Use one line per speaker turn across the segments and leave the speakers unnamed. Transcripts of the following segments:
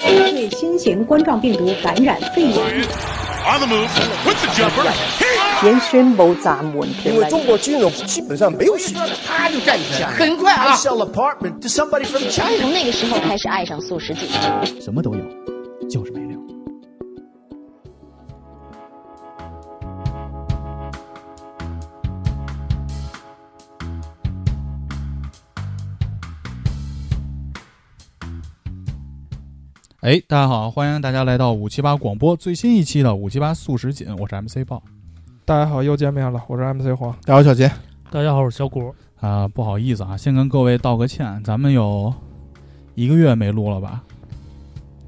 对新型冠状病毒感染肺炎
On the move with the jumper. He
仍宣布暂缓條
因为
例。
中国军人基本上没有洗，
啪就干起来，
很快啊
I sell apartment to somebody from
从
China。
那个时候开始爱上素食主义。
什么都有，就是没料。哎，大家好，欢迎大家来到五七八广播最新一期的五七八素食锦，我是 MC 豹
大家好，又见面了，我是 MC 黄。
大家好，小杰，
大家好，我是小谷。
啊、不好意思啊，先跟各位道个歉，咱们有一个月没录了吧？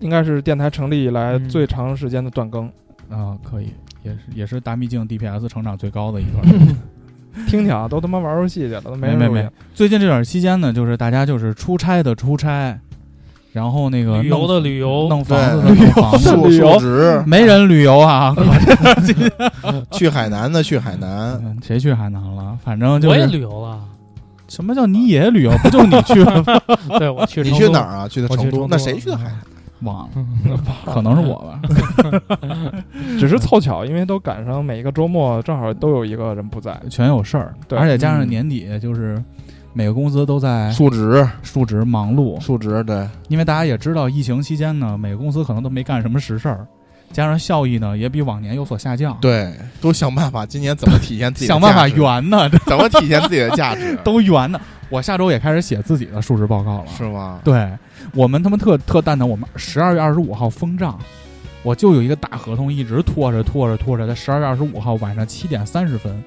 应该是电台成立以来
嗯
最长时间的断更，
啊、可以，也是也是大秘境 DPS 成长最高的一 个。
听听啊，都他妈玩游戏去了，都
没
人
没
录音
没，最近这段期间呢，就是大家就是出差的出差，然后那个
旅游
呃弄
的旅游，
弄房子的
对
弄房子，
数
旅游
数值
没人旅游 啊，
去海南的去海南，
嗯谁去海南了？反正就
我也
是
旅游了。
什么叫你也旅游，不就你去了 吗？
对，我去
你
成
去
都
哪儿啊？去的
哦
我去
成
成
都
都，
那谁去的海南？
忘了，可能是我吧。
嗯只是凑巧，因为都赶上每一个周末正好都有一个人不在，
全有事儿，
对
而且加上
嗯
年底就是每个公司都在
数值
述职忙碌，
数值对，
因为大家也知道，疫情期间呢，每个公司可能都没干什么实事儿，加上效益呢也比往年有所下降。，
对，都想办法今年怎么体现自己的
想办法
价值，
圆呢，，
怎么体现自己的价值
都圆呢。我下周也开始写自己的述职报告了。
是吗？
对我们他妈特特蛋疼，我们十二月二十五号封账，我就有一个大合同一直拖着拖着拖着，在十二月二十五号晚上七点三十分，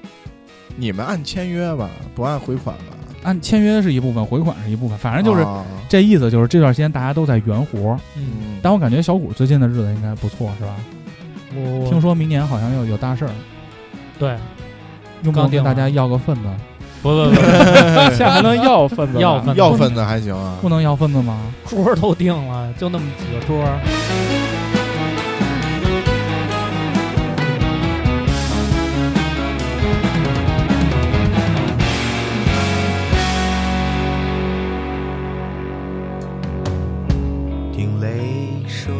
你们按签约吧，不按回款吧，
按签约是一部分，回款是一部分，反正就是、
啊
这意思，就是这段时间大家都在圆活。
嗯，
嗯
但我感觉小谷最近的日子应该不错，是吧？
我
嗯听说明年好像要有大事儿，
对，
用不
刚
用
定
跟大
完
家要个份子？
不不不，
现在还能要份子
要份
子
子
要份子还行啊
不，能要份子吗？
桌儿都定了，就那么几个桌儿。
听雷声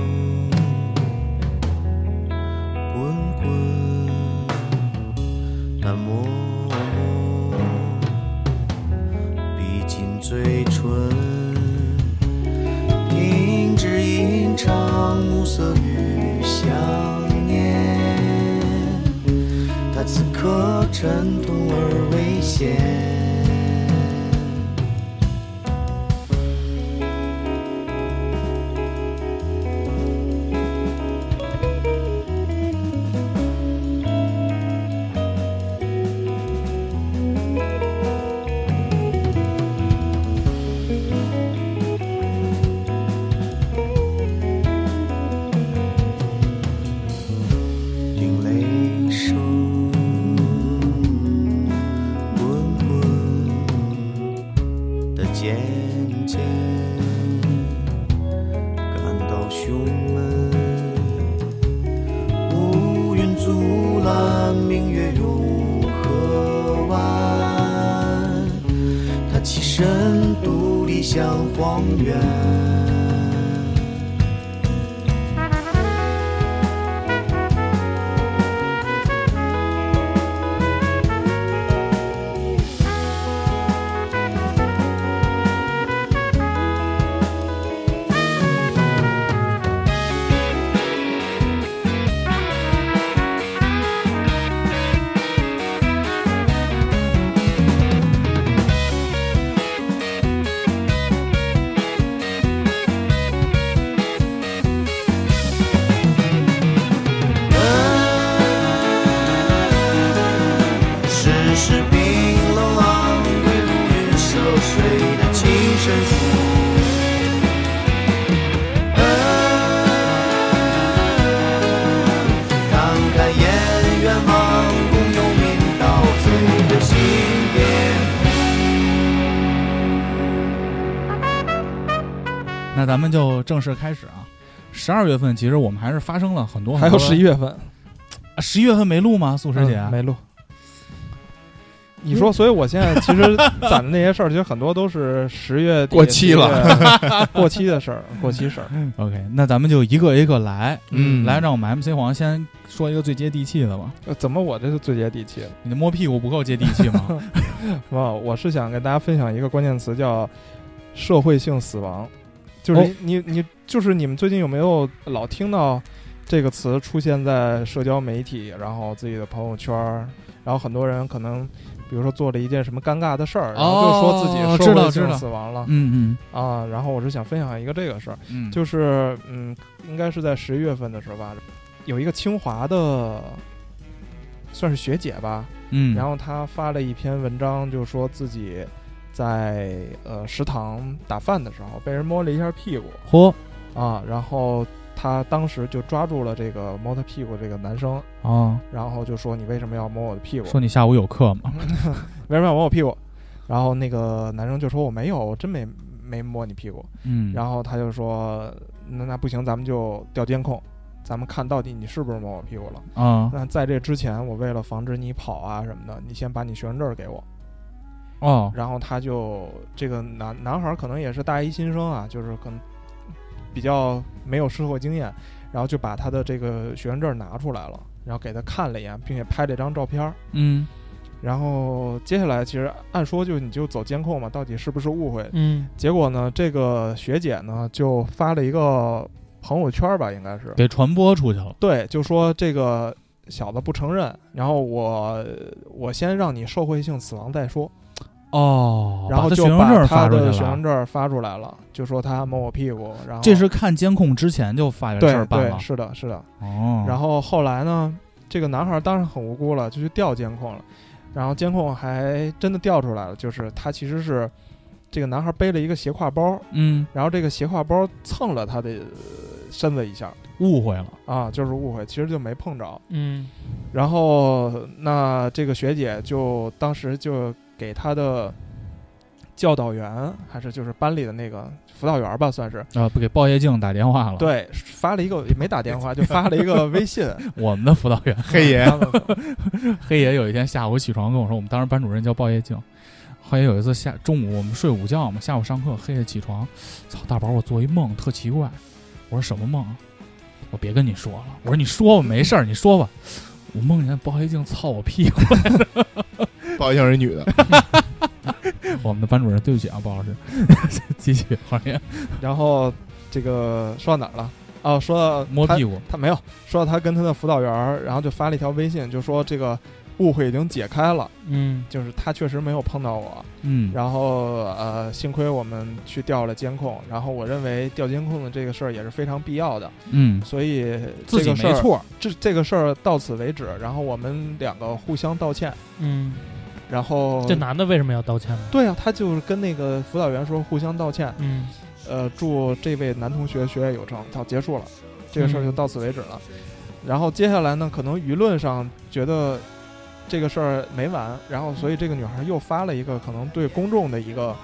滚滚，那默默逼近嘴唇，停止吟唱暮色与想念，它此刻沉痛而危险。听雷声滚滚的渐渐，感到胸闷，乌云阻拦明月永河湾，它栖身独立向荒原。世事冰冷，昂贵如云涉水的情深处。看看眼缘，望共有民到醉的心田。
那咱们就正式开始啊。十二月份其实我们还是发生了很多，
还有十一月份，
十一月份没录吗？素食姐，
嗯没录，你说，所以我现在 其实攒的那些事儿，其实很多都是十月底
过期了，
十月过期的事儿，过期事儿。
OK，那咱们就一个一个来，
嗯
来，让我们 MC 黄先说一个最接地气的吧。
呃怎么我这是最接地气的？
你的摸屁股不够接地气吗？
啊，我是想跟大家分享一个关键词，叫社会性死亡。就是
哦
你、你你，就是你们最近有没有老听到这个词出现在社交媒体，然后自己的朋友圈儿，然后很多人可能，比如说做了一件什么尴尬的事儿，然后就说自
哦
己
知
社
道
会
知
性
道
死亡了、
嗯
啊。然后我是想分享一个这个事儿，
嗯嗯，
就是嗯，应该是在十一月份的时候吧，有一个清华的，算是学姐吧，
嗯，
然后他发了一篇文章，就说自己在呃食堂打饭的时候被人摸了一下屁股
嚯
啊，然后他当时就抓住了这个摸他屁股这个男生，
哦，
然后就说你为什么要摸我的屁股？
说你下午有课吗？
为什么要摸我屁股？然后那个男生就说我没有，我真没没摸你屁股。
嗯，
然后他就说那那不行，咱们就调监控。咱们看到底你是不是摸我屁股了？
后啊
那在这之前，我为了防止你跑啊什么的，你先把你学生证给我。
哦，
然后他就这个男男孩儿可能也是大一新生啊，就是可能比较没有社会经验，然后就把他的这个学生证拿出来了，然后给他看了一眼，并且拍了一张照片儿。
嗯
然后接下来其实按说就你就走监控嘛，到底是不是误会？
嗯，
结果呢，这个学姐呢就发了一个朋友圈儿吧，应该是
给传播出去了。
对，就说这个小子不承认，然后我我先让你社会性死亡再说。
哦
然后
他
就
学生
把
证
他
发出去
的学生
了。
证儿发出来了，就说他摸我屁股，然后
这是看监控之前就发现
对
事儿办
对
了
是的是的，
哦，
然后后来呢，这个男孩儿当然很无辜了，就去调监控了，然后监控还真的调出来了，就是他其实是这个男孩儿背了一个斜挎包，
嗯
然后这个斜挎包蹭了他的呃身子一下
误会了，
啊，就是误会，其实就没碰着，
嗯
然后那这个学姐就当时就给她的教导员，还是就是班里的那个辅导员吧，算是
啊，不给报业镜打电话了。，
对发了一个也没打电话，就发了一个 微信。
我们的辅导员
黑爷，
啊
他们
黑爷有一天下午起床跟我说，我们当时班主任叫报业镜。黑爷有一次下中午我们睡午觉嘛，下午上课，黑爷起床，操大宝，我做一梦特奇怪。我说什么梦啊？我别跟你说了。我说你说吧，没事儿，你说吧。我梦见报业镜操我屁股。
报一下是女的，
我们的班主任，对不起啊，鲍老师， 继续，黄爷
然后这个说到哪儿了？哦，说到
摸屁
股，
股。
他没有说到他跟他的辅导员儿，然后就发了一条微信，就说这个误会已经解开了，
嗯
就是他确实没有碰到我，
嗯，
然后呃，幸亏我们去调了监控，然后我认为调监控的这个事儿也是非常必要的，
嗯，
所以
自己
这个事儿
没，错。
这这个事儿到此为止，然后我们两个互相道歉，
嗯，
然后
这男的为什么要道歉呢？
对啊，他就是跟那个辅导员说互相道歉，
嗯
呃，祝这位男同学学业有成，好，结束了，这个事儿就到此为止了。
嗯
然后接下来呢，可能舆论上觉得这个事儿没完，然后所以这个女孩又发了一个可能对公众的一个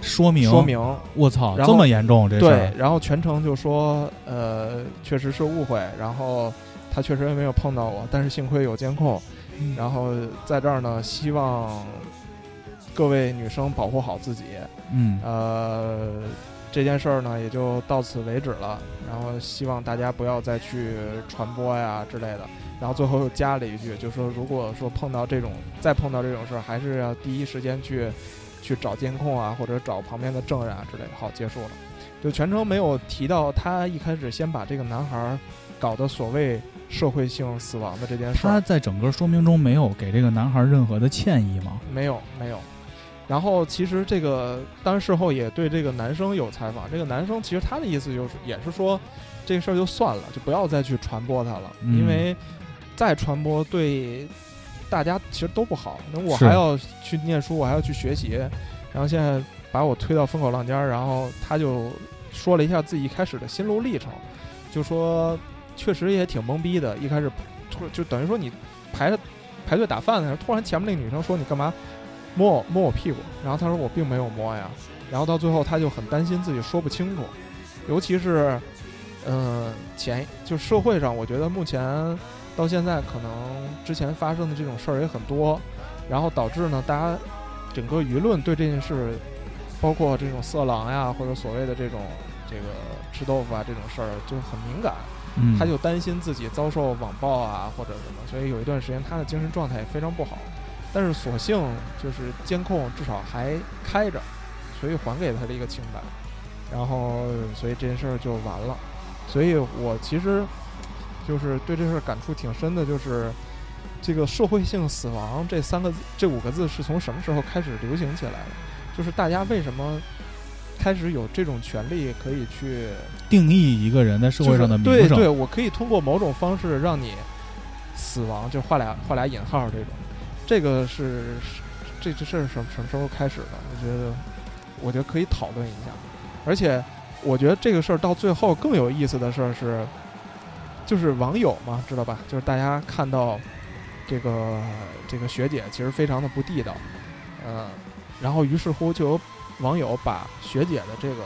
说明，
说，明，
我操，
然
这
后
么严重这事
对
儿，，
然后全程就说，呃，确实是误会，然后他确实没有碰到我，但是幸亏有监控，
嗯
然后在这儿呢，希望各位女生保护好自己，
嗯，
呃，这件事儿呢也就到此为止了，然后希望大家不要再去传播呀之类的。然后最后又加了一句，就说如果说碰到这种再碰到这种事儿，还是要第一时间去去找监控啊，或者找旁边的证人啊之类的。好，结束了。就全程没有提到他一开始先把这个男孩儿搞的所谓社会性死亡的这件事儿。
他在整个说明中没有给这个男孩任何的歉意吗？
没有没有。然后其实这个，当然事后也对这个男生有采访。这个男生其实他的意思就是，也是说，这个事儿就算了，就不要再去传播它了，
嗯
因为再传播对大家其实都不好。那我
是
还要去念书，我还要去学习，然后现在把我推到风口浪尖儿，然后他就说了一下自己一开始的心路历程，就说确实也挺懵逼的，一开始突就等于说你排着排队打饭的时候，突然前面那个女生说你干嘛摸我摸我屁股，然后他说我并没有摸呀，然后到最后他就很担心自己说不清楚，尤其是嗯、呃前就社会上，我觉得目前到现在可能之前发生的这种事儿也很多，然后导致呢，大家整个舆论对这件事，包括这种色狼呀，或者所谓的这种这个吃豆腐啊这种事儿，就很敏感。
嗯，
他就担心自己遭受网暴啊或者什么，所以有一段时间他的精神状态也非常不好。但是所幸就是监控至少还开着，所以还给他了一个清白，然后所以这件事儿就完了。所以我其实就是对这事儿感触挺深的，就是这个社会性死亡这三个字这五个字是从什么时候开始流行起来的？就是大家为什么开始有这种权利可以去
定义一个人在社会上的名
就是、对
声。
对，我可以通过某种方式让你死亡，就画俩画俩引号这种，这个是是这这事儿什么什么时候开始的？我觉得我觉得可以讨论一下，而且我觉得这个事儿到最后更有意思的事儿是，就是网友嘛，知道吧？就是大家看到这个这个学姐其实非常的不地道，嗯，然后于是乎就有网友把学姐的这个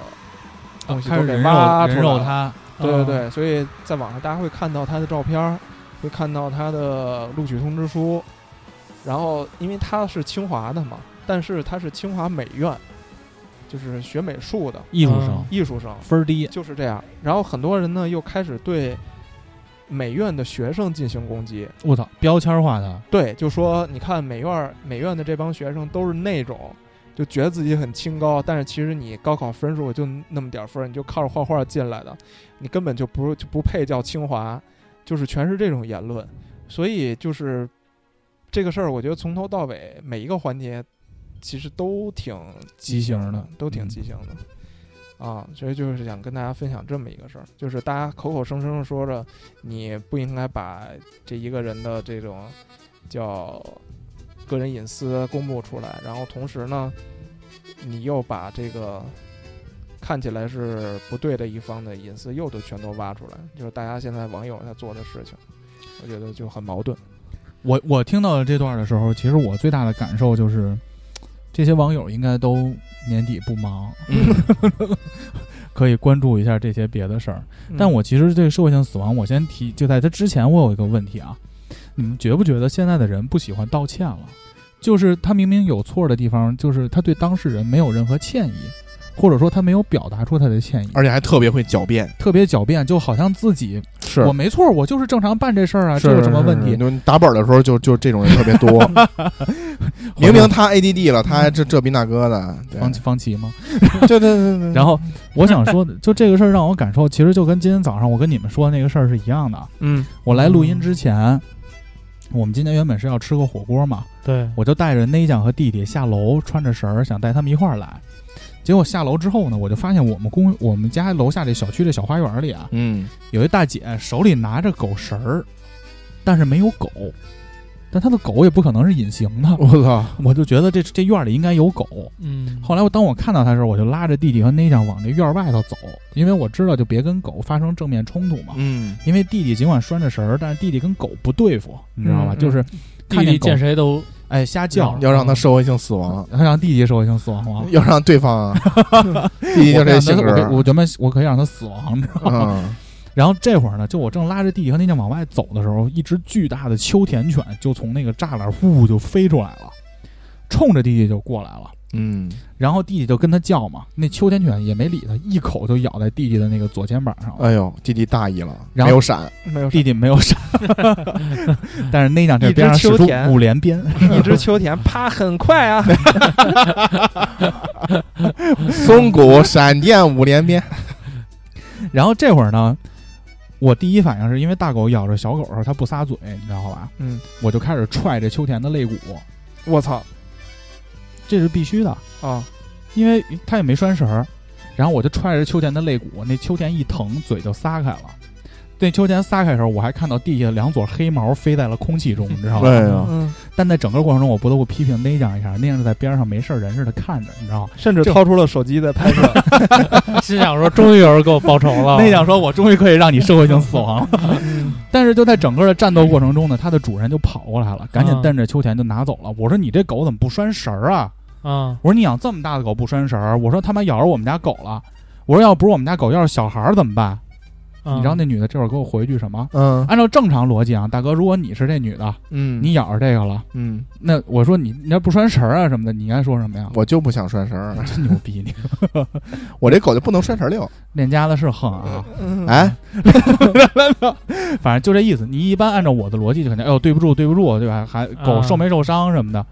东西
啊开
都
始
给
人肉
挖出
人
来
肉
了
他，
对对对，所以在网上大家会看到他的照片儿，会看到他的录取通知书，然后因为他是清华的嘛，但是他是清华美院，就是学美术的
艺术
嗯
生
艺术生，
分儿低，
就是这样。然后很多人呢又开始对美院的学生进行攻击，
我操，标签化他，
对，就说你看美院儿美院的这帮学生都是那种。就觉得自己很清高，但是其实你高考分数就那么点儿分儿，你就靠着画画进来的，你根本就不就不配叫清华，就是全是这种言论。所以就是这个事儿，我觉得从头到尾每一个环节其实都挺
畸形的
都挺
嗯
畸形的。啊，所以就是想跟大家分享这么一个事儿，就是大家口口声声地说着你不应该把这一个人的这种叫个人隐私公布出来，然后同时呢，你又把这个看起来是不对的一方的隐私又都全都挖出来，就是大家现在网友在做的事情，我觉得就很矛盾。
我我听到这段的时候，其实我最大的感受就是，这些网友应该都年底不忙，嗯 可以关注一下这些别的事儿。
嗯
嗯
但我其实对社会性死亡，我先提，就在这之前，我有一个问题啊，你们觉不觉得现在的人不喜欢道歉了？就是他明明有错的地方，就是他对当事人没有任何歉意，或者说他没有表达出他的歉意，
而且还特别会狡辩，
特别狡辩，就好像自己
是
我没错，我就是正常办这事儿啊，
是
这有什么问题？
是是你打本儿的时候就就这种人特别 多，明明他 ADD 了，他还这这逼那哥的，对
方方琦吗？
对对对对，
然后我想说的，就这个事儿让我感受，其实就跟今天早上我跟你们说的那个事儿是一样的。
嗯
我来录音之前，我们今天原本是要吃个火锅嘛，
对，
我就带着内酱和弟弟下楼，穿着绳儿想带他们一块儿来。结果下楼之后呢，我就发现我们公我们家楼下这小区这小花园里啊，
嗯，
有一大姐手里拿着狗绳儿，但是没有狗，但她的狗也不可能是隐形的。
我 操，
我就觉得这这院里应该有狗，
嗯，
后来我当我看到他的时候，我就拉着弟弟和内酱往这院外头走，因为我知道就别跟狗发生正面冲突嘛。
嗯，
因为弟弟尽管拴着绳儿，但是弟弟跟狗不对付，你知道吧？
嗯嗯
就是看
弟弟
狗
见谁都
哎瞎叫，
要让他社会性死亡，
他让弟弟社会性死亡吗？
要让对方啊 弟弟就这性格
我可以
儿，
我准备我可以让他死亡，你知道吗？
嗯，
然后这会儿呢，就我正拉着弟弟和内酱往外走的时候，一只巨大的秋田犬就从那个栅栏呼就飞出来了，冲着弟弟就过来了。
嗯，
然后弟弟就跟他叫嘛，那秋田犬也没理他，一口就咬在弟弟的那个左肩膀上了。
哎呦，弟弟大意了，
然
没
后
有闪，
没有
弟弟没有闪， 但是那辆车边上使
一只
出
秋田
五连鞭，
一 只秋田，啪，很快啊！
松骨闪电五连鞭，
然后这会儿呢，我第一反应是因为大狗咬着小狗的时候它不撒嘴，你知道吧？
嗯，
我就开始踹这秋田的肋骨，
我操
这是必须的，
啊！
因为它也没拴绳儿。然后我就踹着秋田的肋骨，那秋田一疼，嘴就撒开了。那秋田撒开的时候，我还看到地下两撮黑毛飞在了空气中，你知道吗？
哎呀，
嗯，
但在整个过程中，我不得不批评内酱一下，内酱就在边上没事儿人似的看着，你知道吗？
甚至
这
掏出了手机在拍摄。
心想说，终于有人给我报仇
哦
了。
内酱说：“我终于可以让你社会性死亡了。”
嗯
但是就在整个的战斗过程中呢，它的主人就跑过来了，赶
嗯
紧
啊
瞪着秋田就拿走了。我说：“你这狗怎么不拴绳儿啊
啊？”，
我说：“你养这么大的狗不拴绳儿？”我说：“他妈咬着我们家狗了。”我说：“要不是我们家狗要是小孩儿怎么办？”
嗯
你知道那女的这会儿给我回一句什么？
嗯
按照正常逻辑啊，大哥，如果你是这女的，
嗯
你咬着这个了，
嗯，
那我说你你要不拴绳儿啊什么的，你应该说什么呀？
我就不想拴绳儿，
真牛逼你！
我这狗就不能拴绳儿遛。
练家子是横 啊，
哎，
反正就这意思。你一般按照我的逻辑就肯定，哎呦，对不住，对不住，对吧？还狗
啊
受没受伤什么的，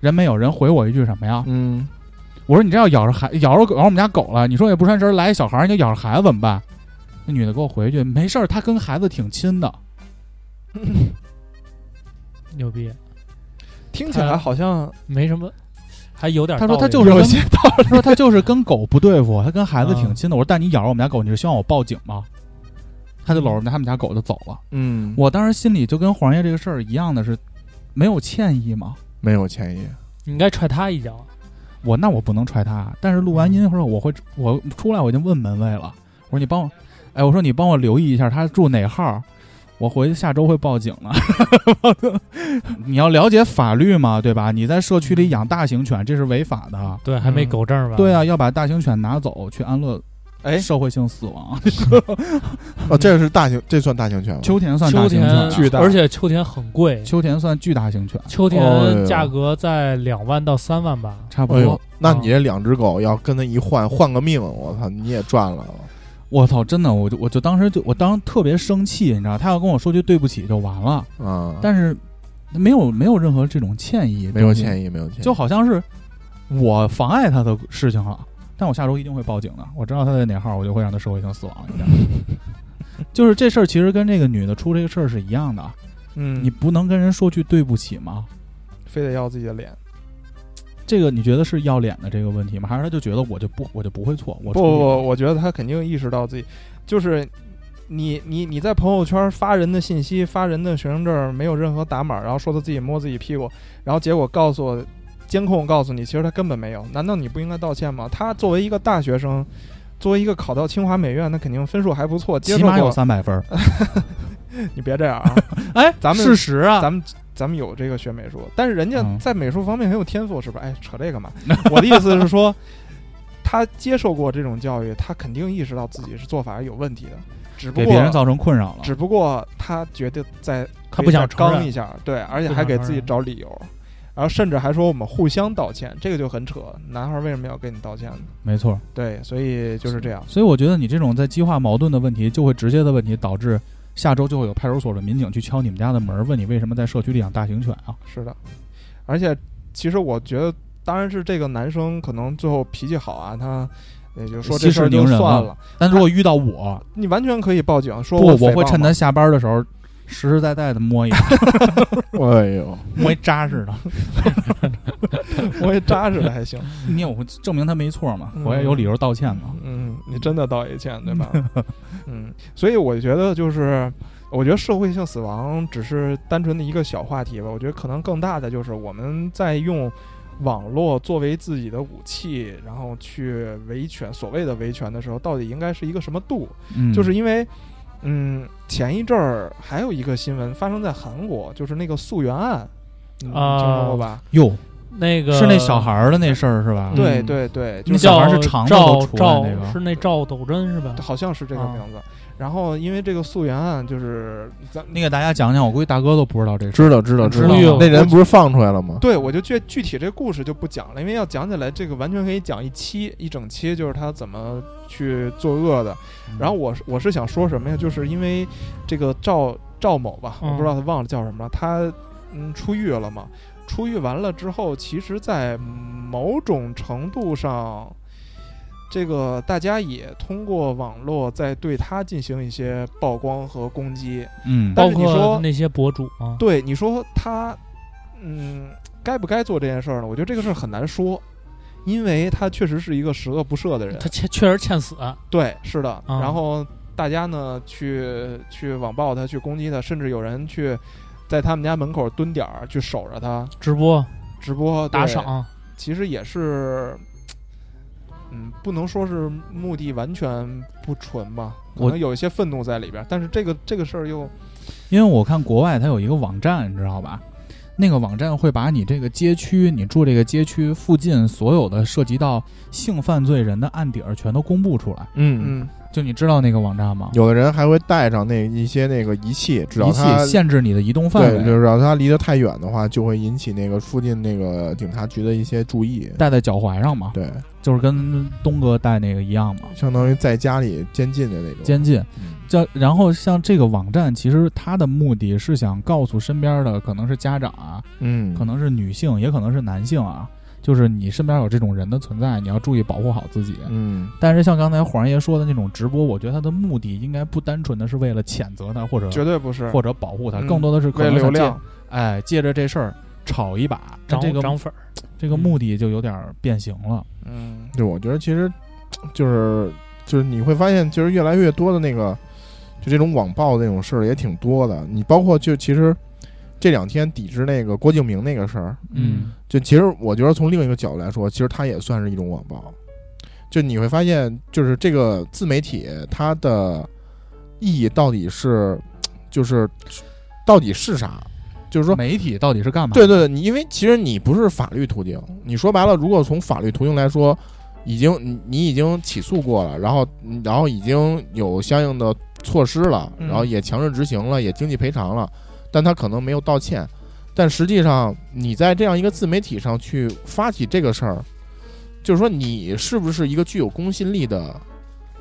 人没有人回我一句什么呀？
嗯，
我说你这要咬着孩咬着狗咬着我们家狗了，你说也不拴绳儿来一小孩儿，你就咬着孩子怎么办？那女的给我回一句，没事儿，她跟孩子挺亲的。
牛逼，
听起来好像
没什么，还有点
她
道
说
理。
她就是跟她说她就是跟狗不对付，她跟孩子
嗯
挺亲的。我说但你咬着我们家狗，你是希望我报警吗？她就搂着他们家狗就走了。
嗯，
我当时心里就跟黄爷这个事儿一样的是，没有歉意嘛。
没有歉意。
你应该踹他一脚。
我那我不能踹他，啊但是录完音后我会我出来我已经问门卫了，我说你帮我，哎，我说你帮我留意一下他住哪号，我回去下周会报警的。 你要了解法律嘛，对吧？你在社区里养大型犬这是违法的。
对，还没狗证吧？
对啊，要把大型犬拿走去安乐，
哎
社会性死亡。嗯
哦，这是大型，这算大型犬吗？
秋田算大
秋
型
田
犬啊，
巨大
而且秋田很贵，
秋哎田算巨大型犬，
秋
哦
田价格在两万到三万吧。
差不
哎
多
呦。，那
嗯
你这两只狗要跟它一换，换个命，我操，你也赚了。
我操，真的，我就我就当时就我当时特别生气，你知道，他要跟我说句对不起就完了。
啊！
但是没有没有任何这种歉意，
没有
意，
歉意，没有歉意，
就好像是我妨碍他的事情了。但我下周一定会报警的，我知道他在哪号，我就会让他社会性死亡 一下。就是这事儿其实跟这个女的出这个事儿是一样的，
嗯，
你不能跟人说句对不起吗？
非得要自己的脸。
这个你觉得是要脸的这个问题吗？还是他就觉得我就不我就不会错？我
不
处理
不
了
不，我觉得他肯定意识到自己，就是你你你在朋友圈发人的信息，发人的学生证没有任何打码，然后说他自己摸自己屁股，然后结果告诉我监控告诉你，其实他根本没有。难道你不应该道歉吗？他作为一个大学生，作为一个考到清华美院，那肯定分数还不错，接
起
受
码有
过。
三百分儿。
你别这样啊，
哎，
咱们
事实啊，
咱们咱们有这个学美术，但是人家
嗯
在美术方面很有天赋，是不是？哎，扯这干嘛？我的意思是说，他接受过这种教育，他肯定意识到自己是做法有问题的，只不
给别人
过
造成困扰了。
只不过他觉得在
他不想承认
刚一下，对，而且还给自己找理由，然后甚至还说我们互相道歉，这个就很扯。男孩为什么要跟你道歉呢？
没错，
对，所以就是这样。
所以我觉得你这种在激化矛盾的问题，就会直接的问题导致下周就会有派出所的民警去敲你们家的门儿，问你为什么在社区里养大型犬啊？
是的，而且其实我觉得，当然是这个男生可能最后脾气好啊，他也就说
息
这事
事
儿就
宁人
算
了
了。
但如果遇到我，
你完全可以报警，说
不，
诽
我
谤
会趁
嘛
他下班的时候实实在在的摸一 把
哎呦，
摸一扎实的，
我也扎实的还行。
你有证明他没错嘛？
嗯
我也有理由道歉嘛？
嗯，你真的道一歉 对吧？嗯，所以我觉得就是，我觉得社会性死亡只是单纯的一个小话题吧。我觉得可能更大的就是我们在用网络作为自己的武器，然后去维权，所谓的维权的时候，到底应该是一个什么度？
嗯，
就是因为，嗯，前一阵儿还有一个新闻发生在韩国，就是那个溯源案，你们
啊
听说过吧？
哟，
那个
是那小孩，儿的那事儿是吧？
对
嗯
对对，
那
就
那
是
小孩
叫
儿是肠子
赵
都出来
赵
那个
是那赵斗真是吧？
好像是这个
啊
名字。然后因为这个溯源案，就是咱
你给大家讲讲，我估计大哥都不知道这事儿。
知道知道知道
哎呦，
那人不是放出来了吗？
对我就具具体这故事就不讲了，因为要讲起来，这个完全可以讲一期一整期，就是他怎么去作恶的。然后我是我是想说什么呀？就是因为这个赵赵某吧，我
嗯
不知道他忘了叫什么了，他嗯出狱了嘛？出狱完了之后，其实，在某种程度上，这个大家也通过网络在对他进行一些曝光和攻击。
嗯，
但
包
是你说
括那些博主啊，
对你说他，嗯，该不该做这件事儿呢？我觉得这个事儿很难说，因为他确实是一个十恶不赦的人
他。欠确实欠死，
对，是的。
啊
然后大家呢，去去网暴他，去攻击他，甚至有人去在他们家门口蹲点儿去守着他
直播
直播
打，
对
赏，
其实也是。嗯，不能说是目的完全不纯吧，可
我
能有一些愤怒在里边儿，但是这个这个事儿又
因为我看国外它有一个网站，你知道吧？那个网站会把你这个街区，你住这个街区附近所有的涉及到性犯罪人的案底儿全都公布出来。
嗯
嗯，
就你知道那个网站吗？
有的人还会带上那一些那个仪器，只要
啊仪器
他
限制你的移动范
对，
围，
就是让他离得太远的话，就会引起那个附近那个呃警察局的一些注意。
戴在脚踝上嘛，
对，
就是跟东哥戴那个一样嘛，
相当于在家里监禁的那种。
监禁。
嗯
叫然后像这个网站，其实它的目的是想告诉身边的可能是家长啊，
嗯，
可能是女性，也可能是男性啊，就是你身边有这种人的存在，你要注意保护好自己。
嗯，
但是像刚才黄爷说的那种直播，我觉得他的目的应该不单纯的是为了谴责他或者
绝对不是
或者保护他，
嗯
更多的是可
为
能
流
想借
量。
哎，借着这事儿炒一把，那
涨
这
涨
个
粉儿，
这个目的就有点变形了。
嗯，
对，我觉得其实就是就是你会发现，就是越来越多的那个就这种网暴的那种事儿也挺多的。你包括就其实这两天抵制那个郭敬明那个事儿，
嗯，
就其实我觉得从另一个角度来说，其实它也算是一种网暴。就你会发现，就是这个自媒体它的意义到底是，就是到底是啥？就是说，
媒体到底是干嘛？
对对对，你因为其实你不是法律途径，你说白了，如果从法律途径来说，已经你你已经起诉过了，然后然后已经有相应的措施了，
嗯
然后也强制执行了，也经济赔偿了，但他可能没有道歉。但实际上，你在这样一个自媒体上去发起这个事儿，就是说你是不是一个具有公信力的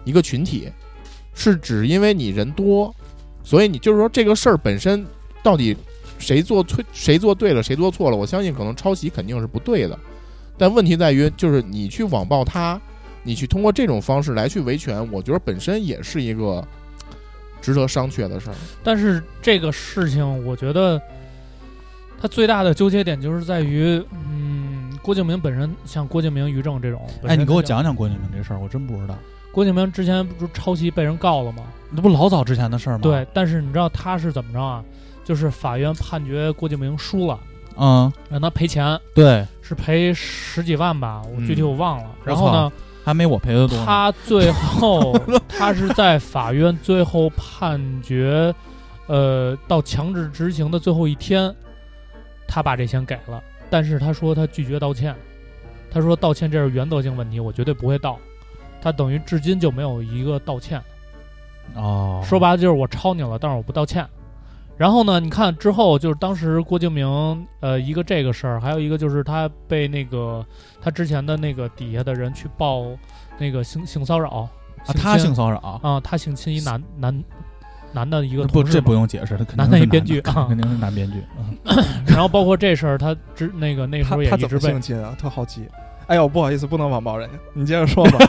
一个群体，是只因为你人多，所以你就是说这个事儿本身到底谁做错谁做对了，谁做错了，我相信可能抄袭肯定是不对的，但问题在于就是你去网暴他，你去通过这种方式来去维权，我觉得本身也是一个值得商榷的事儿。
但是这个事情，我觉得他最大的纠结点就是在于，嗯，郭敬明本身，像郭敬明、于正这种，本身
哎，你给我
他就
讲讲郭敬明这事儿，我真不知道。
郭敬明之前不是抄袭被人告了吗？
那不老早之前的事儿吗？
对，，但是你知道他是怎么着啊？就是法院判决郭敬明输了，
嗯，
让他赔钱，
对，
是赔十几万吧，我
嗯
具体我忘了。然后呢，
还没我赔的多呢。
他最后 他是在法院最后判决，呃，到强制执行的最后一天，他把这钱给了，但是他说他拒绝道歉，他说道歉这是原则性问题，我绝对不会道。他等于至今就没有一个道歉。
哦，
说白了就是我抄你了，但是我不道歉。然后呢，你看之后就是当时郭敬明，呃，一个这个事儿，还有一个就是他被那个他之前的那个底下的人去报那个性性骚扰
啊，他
侵
性骚扰，
啊，他性侵一男男男的一个
不，
同事
这
嘛
不用解释，他肯定
男
是
的
男
一编剧啊
肯定是男编剧。嗯
然后包括这事儿，他之那个那时
他
候也
他
一
怎
直
么
被
性侵啊？特好奇。哎呦，不好意思，不能网暴人家。你接着说 吧。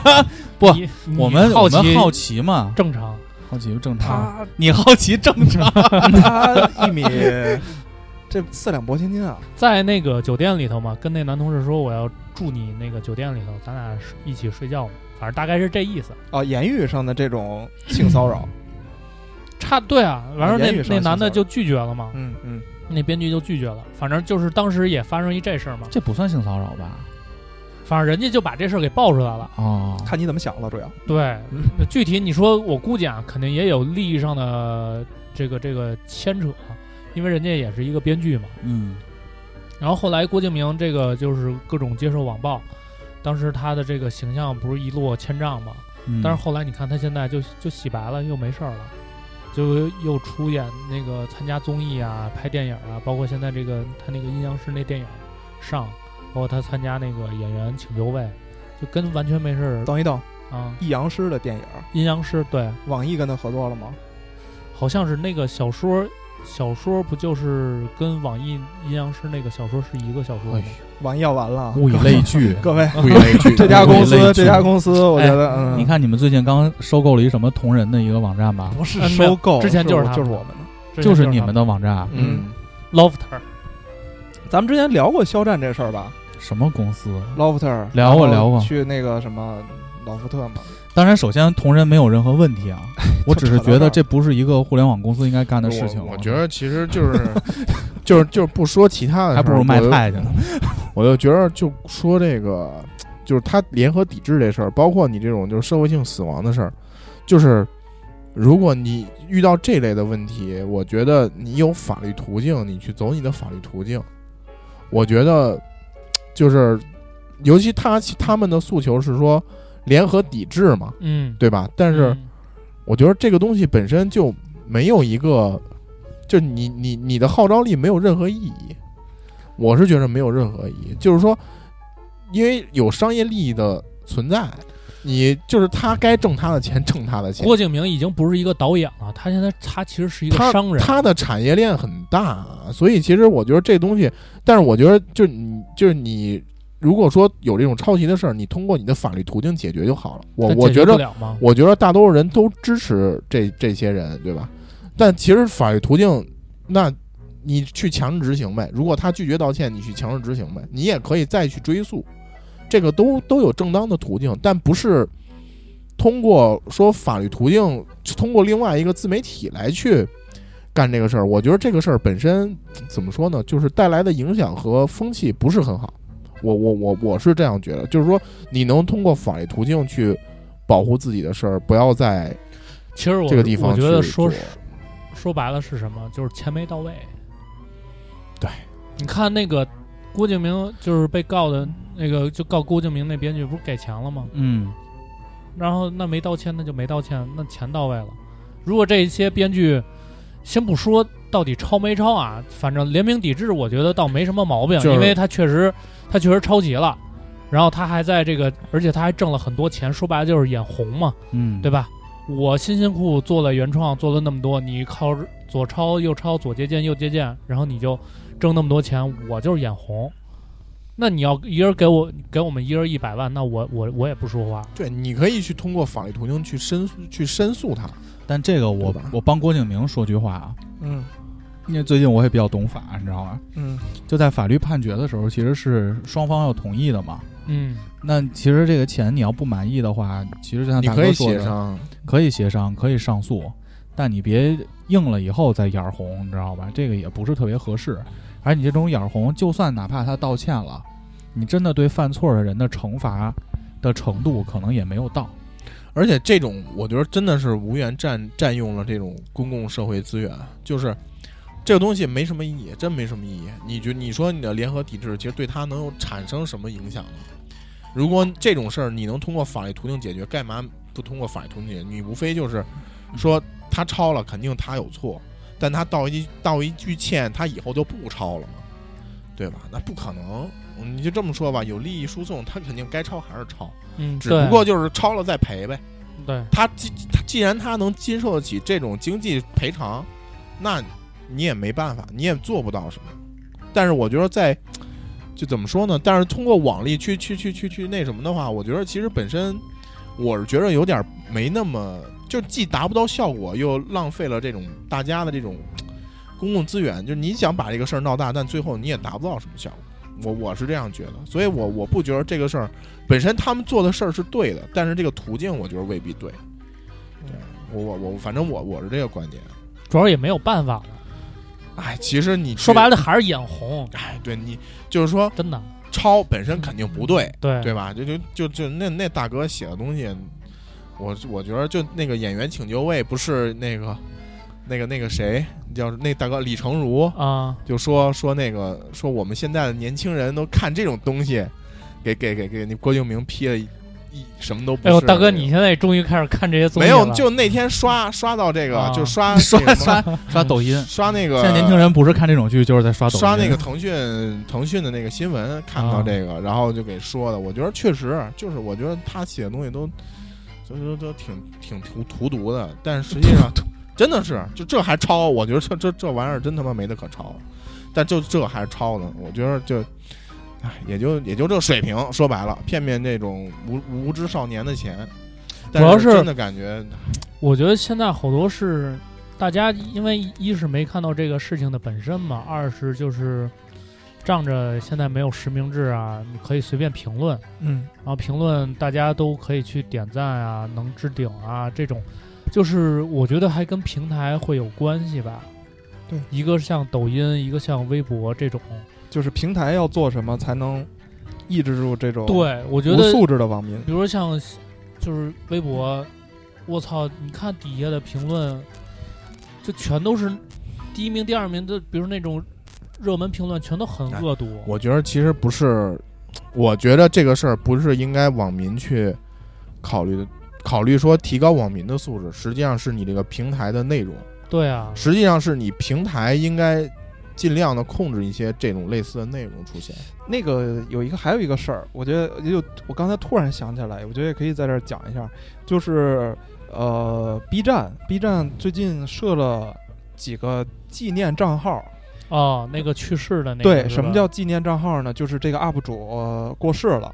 不
你你
我们
好
我们
奇
好奇嘛，
正常，
好奇正常。
他
你好奇正常，
他一米， 这四两拨千斤啊！
在那个酒店里头嘛，跟那男同事说我要住你那个酒店里头，咱俩一起睡觉嘛，反正大概是这意思。
啊，言语上的这种性骚扰，
差对啊，完事儿
啊
那
言语上
那
的
男的
性骚扰
就拒绝了嘛，
嗯嗯，
那编剧就拒绝了。反正就是当时也发生一这事儿嘛，
这不算性骚扰吧？
反正人家就把这事儿给爆出来了。
哦，
看你怎么想了，主要。
对，
嗯
具体你说，我估计啊，肯定也有利益上的这个这个牵扯，啊因为人家也是一个编剧嘛。
嗯，
然后后来郭敬明这个就是各种接受网暴，当时他的这个形象不是一落千丈嘛，
嗯
但是后来你看他现在就就洗白了，又没事儿了，就又出演那个参加综艺啊、拍电影啊，包括现在这个他那个阴阳师那电影上，包括他参加那个演员请就位，就跟完全没事儿
等一等，
啊。
易阳师的电影，
阴阳师对，
网易跟他合作了吗？
好像是那个小说，小说不就是跟网易阴阳师那个小说是一个小说吗？
哎
网易要完了，
物以类聚，
各位，
物以类聚，
这家公
物以类
司，
聚哎
这家公司，我觉得，嗯，
你看你们最近刚收购了一什么同人的一个网站吧？
不是
嗯没有
收购，
之前
就
就是他
就是
们
我们嗯的。
就是你们
的
的网站，
嗯，
Lofter，
咱们之前聊过肖战这事儿吧
什么公司？
？Lofter
聊过
然后
聊过
去那个什么老福特嘛，
当然，首先同人没有任何问题啊，我只是觉得
扯
这不是一个互联网公司应该干的事情。啊
我我觉得其实就是 就是就是不说其他的事儿，
还不如卖
我就
菜去呢。
我就觉得就说这个，就是他联合抵制这事儿，包括你这种就是社会性死亡的事儿，就是如果你遇到这类的问题，我觉得你有法律途径，你去走你的法律途径。我觉得就是，尤其他他们的诉求是说联合抵制嘛，
嗯，
对吧？但是
嗯
我觉得这个东西本身就没有一个，就你你你的号召力没有任何意义，我是觉得没有任何意义。就是说，因为有商业利益的存在，你就是他该挣他的钱，挣他的钱。
郭敬明已经不是一个导演了，他现在他其实是一个
他
商人。
他的产业链很大，所以其实我觉得这东西，但是我觉得就是你就是你，如果说有这种抄袭的事儿，你通过你的法律途径解决就好了。我
但
我
解决
觉
不
得，
了吗？
我觉得大多数人都支持这这些人，对吧？但其实法律途径，那你去强制执行呗。如果他拒绝道歉，你去强制执行呗，你也可以再去追诉，这个都都有正当的途径，但不是通过说法律途径，通过另外一个自媒体来去干这个事儿。我觉得这个事儿本身怎么说呢，就是带来的影响和风气不是很好。我我我我是这样觉得，就是说你能通过法律途径去保护自己的事儿，不要在
其实我
这个地方
我觉得
去
说
做
说白了是什么？就是钱没到位。
对，
你看那个郭敬明，就是被告的那个，就告郭敬明那编剧不是给钱了吗？
嗯，
然后那没道歉，那就没道歉，那钱到位了。如果这一些编剧，先不说到底抄没抄啊，反正联名抵制，我觉得倒没什么毛病，
就是
因为他确实他确实抄袭了，然后他还在这个，而且他还挣了很多钱，说白了就是眼红嘛，
嗯，
对吧？我辛辛苦苦做了原创，做了那么多，你靠左抄右抄，左借鉴右借鉴，然后你就挣那么多钱，我就是眼红。那你要一人给我给我们一人一百万，那我我我也不说话。
对，你可以去通过法律途径去申诉去申诉他。
但这个我
对吧
我帮郭敬明说句话啊，
嗯
因为最近我也比较懂法，你知道吗？
嗯
就在法律判决的时候，其实是双方要同意的嘛。
嗯，
那其实这个钱你要不满意的话，其实就像
你
大
可
哥
以
说
协
的，
商，
可以协商，可以上诉，但你别硬了以后再眼红，你知道吧？这个也不是特别合适。而你这种眼红，就算哪怕他道歉了，你真的对犯错的人的惩罚的程度可能也没有到。
而且这种我觉得真的是无缘占占用了这种公共社会资源，就是这个东西没什么意义，真没什么意义。你觉你说你的联合抵制，其实对他能有产生什么影响呢？如果这种事儿你能通过法律途径解决，干嘛不通过法律途径解决？你无非就是说他抄了，肯定他有错，但他道一道一句歉，他以后就不抄了嘛，对吧？那不可能。你就这么说吧，有利益输送，他肯定该抄还是抄，
嗯，
只
对
不过就是抄了再赔呗。
对，
他既他既然他能经受得起这种经济赔偿，那你也没办法，你也做不到什么。但是我觉得在就怎么说呢？但是通过网力去去去去去那什么的话，我觉得其实本身我是觉得有点没那么，就既达不到效果，又浪费了这种大家的这种公共资源。就是你想把这个事儿闹大，但最后你也达不到什么效果。我我是这样觉得，所以我我不觉得这个事儿本身他们做的事儿是对的，但是这个途径我觉得未必对。对我我我，反正我我是这个观点。
主要也没有办法了。
哎，其实你
说白
了，
了还是眼红，
哎，对你就是说
真的。
抄本身肯定不对，
嗯对
对吧？就就就就那那大哥写的东西，我我觉得就那个演员请就位不是那个那个那个谁叫那大哥李成儒，
啊，
就说说那个说我们现在的年轻人都看这种东西，给给给给那郭敬明批了一一什么都不
哎
是。
呦，大哥，你现在终于开始看这些综艺
没
了
有？就那天刷刷到这个，
啊
就刷
刷
那个什么
刷刷抖音，
刷那个
现在年轻人不是看这种剧，就是在刷抖音。
刷那个腾讯腾讯的那个新闻，看到这个，然后就给说的。我觉得确实就是，我觉得他写的东西都都都都挺挺荼荼毒的，但是实际上真的是就这还抄，我觉得这这这玩意儿真他妈没得可抄，但就这还抄呢，我觉得就。唉，也就也就这水平，说白了，骗骗那种无无知少年的钱，但
主要
是
是
真的感觉
我觉得现在好多是大家因为一是没看到这个事情的本身嘛，二是就是仗着现在没有实名制啊，你可以随便评论，
嗯
然后评论大家都可以去点赞啊，能置顶啊这种，就是我觉得还跟平台会有关系吧。
对，
一个像抖音，一个像微博这种。
就是平台要做什么才能抑制住这种
对，我觉
无
得
素质的网民？
比如说像就是微博，我操，你看底下的评论，就全都是第一名、第二名的，比如那种热门评论，全都
哎
很恶毒。
我觉得其实不是，我觉得这个事儿不是应该网民去考虑的，考虑说提高网民的素质，实际上是你这个平台的内容，
对啊，
实际上是你平台应该尽量的控制一些这种类似的内容出 现。
那个有一个还有一个事儿，我觉得就我刚才突然想起来，我觉得也可以在这儿讲一下，就是呃，B 站 B 站最近设了几个纪念账号，
哦，那个去世的那个，
对，
是
什么
吧
叫纪念账号呢？就是这个 UP 主、呃过世了。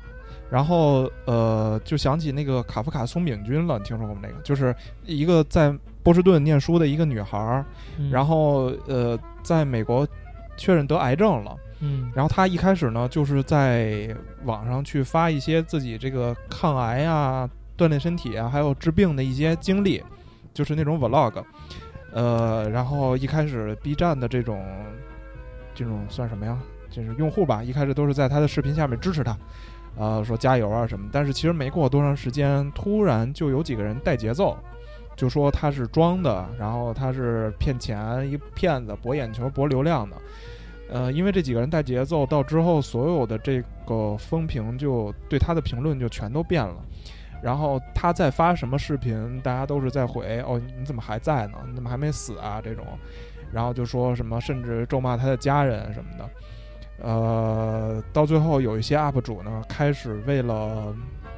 然后，呃，就想起那个卡夫卡松饼君了，你听说过吗？那个就是一个在波士顿念书的一个女孩儿，
嗯
然后呃，在美国确认得癌症了，
嗯
然后他一开始呢，就是在网上去发一些自己这个抗癌啊、锻炼身体啊，还有治病的一些经历，就是那种 vlog。呃，然后一开始 B 站的这种这种算什么呀？就是用户吧，一开始都是在他的视频下面支持他，呃，说加油啊什么。但是其实没过多长时间，突然就有几个人带节奏，就说他是装的，然后他是骗钱、一骗子、博眼球、博流量的。呃，因为这几个人带节奏，到之后所有的这个风评就对他的评论就全都变了。然后他在发什么视频，大家都是在回哦，你怎么还在呢？你怎么还没死啊？这种，然后就说什么，甚至咒骂他的家人什么的。呃，到最后有一些 UP 主呢，开始为了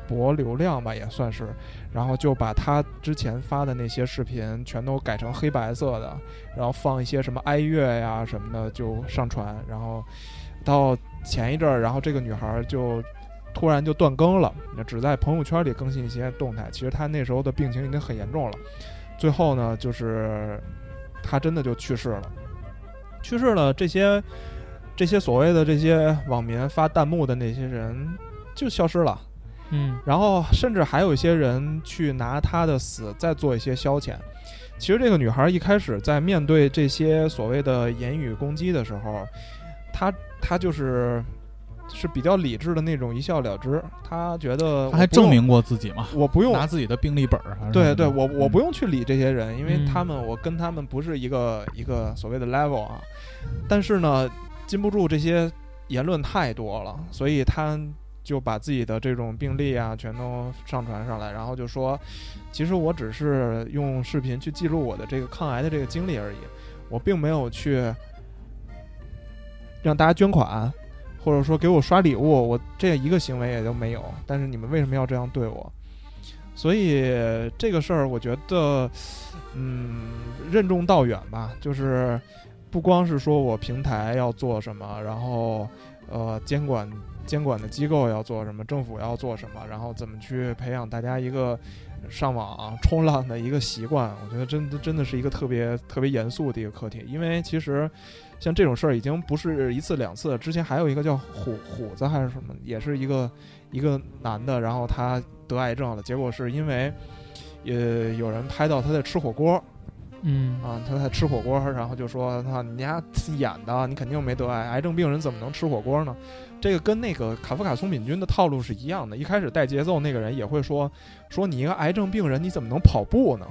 博流量吧，也算是，然后就把他之前发的那些视频全都改成黑白色的，然后放一些什么哀乐呀什么的就上传，然后到前一阵儿，然后这个女孩儿就突然就断更了，那只在朋友圈里更新一些动态。其实她那时候的病情已经很严重了，最后呢，就是她真的就去世了。去世了，这些这些所谓的这些网民发弹幕的那些人就消失了。
嗯
然后甚至还有一些人去拿她的死再做一些消遣。其实这个女孩一开始在面对这些所谓的言语攻击的时候，她她就是是比较理智的那种，一笑了之。她觉得
他还
我不用
证明过自己嘛，
我不用
拿自己的病历本儿还啊是什么嗯
对
的。
对，我我不
用
用去理这些人，因为
嗯
他们、我跟他们不是一个一个所谓的 level 啊。但是呢，禁不住这些言论太多了，所以他就把自己的这种病例啊全都上传上来，然后就说，其实我只是用视频去记录我的这个抗癌的这个经历而已，我并没有去让大家捐款。或者说给我刷礼物，我这一个行为也都没有。但是你们为什么要这样对我？所以这个事儿，我觉得，嗯，任重道远吧，就是不光是说我平台要做什么，然后呃，监管监管的机构要做什么，政府要做什么，然后怎么去培养大家一个上网冲浪的一个习惯，我觉得真的真的是一个特别特别严肃的一个课题，因为其实。像这种事儿已经不是一次两次了，之前还有一个叫虎虎子还是什么，也是一个一个男的，然后他得癌症了，结果是因为，呃，有人拍到他在吃火锅
嗯
啊，他在吃火锅，然后就说他你家演的，你肯定没得癌，癌症病人怎么能吃火锅呢？这个跟那个卡夫卡松敏君的套路是一样的，一开始带节奏那个人也会说说你一个癌症病人，你怎么能跑步呢？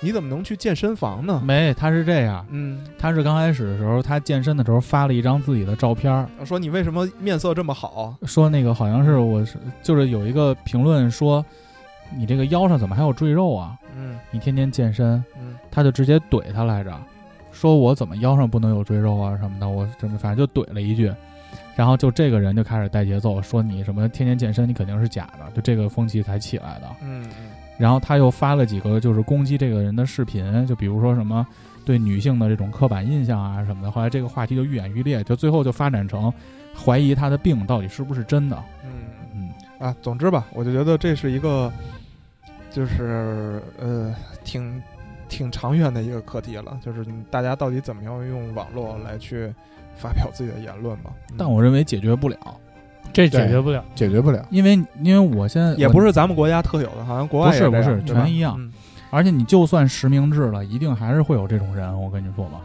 你怎么能去健身房呢？
没，他是这样，
嗯，
他是刚开始的时候，他健身的时候发了一张自己的照片儿，
说你为什么面色这么好？
说那个好像是我是就是有一个评论说，你这个腰上怎么还有赘肉啊？
嗯
你天天健身，
嗯。
他就直接怼他来着，说我怎么腰上不能有赘肉啊什么的，我怎么反正就怼了一句，然后就这个人就开始带节奏，说你什么天天健身，你肯定是假的，就这个风气才起来的。
嗯
然后他又发了几个就是攻击这个人的视频，就比如说什么对女性的这种刻板印象啊什么的。后来这个话题就愈演愈烈，就最后就发展成怀疑他的病到底是不是真的。
嗯
嗯，
啊，总之吧，我就觉得这是一个，就是呃，挺挺长远的一个课题了，就是你大家到底怎么样用网络来去发表自己的言论吧。嗯
但我认为解决不了，
这解决不了，
解决不 了。
因为因为我现在
也不是，咱们国家特有的，好像国外
不是
也这
不
样
是
对吧
全一样
嗯
而且你就算实名制了，一定还是会有这种人。我跟你说吧，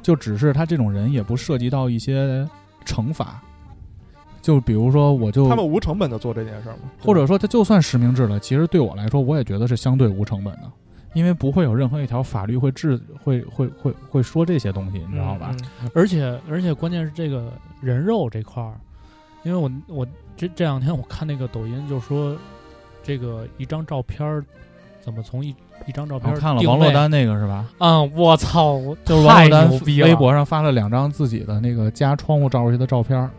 就只是他这种人也不涉及到一些惩罚，就比如说我就
他们无成本的做这件事儿嘛，
或者说，它就算实名制了，其实对我来说，我也觉得是相对无成本的，因为不会有任何一条法律会制会会会会说这些东西，你
你
知道
嗯
吧？？
嗯
而且而且关键是这个人肉这块儿，因为我我这这两天我看那个抖音就说，这个一张照片儿怎么从一一张照
我
片
看了
定
王珞
位
丹那个是吧？
啊，我操，我
就是王珞
太
丹
牛逼了
微博上发了两张自己的那个家窗户照出去的照片儿，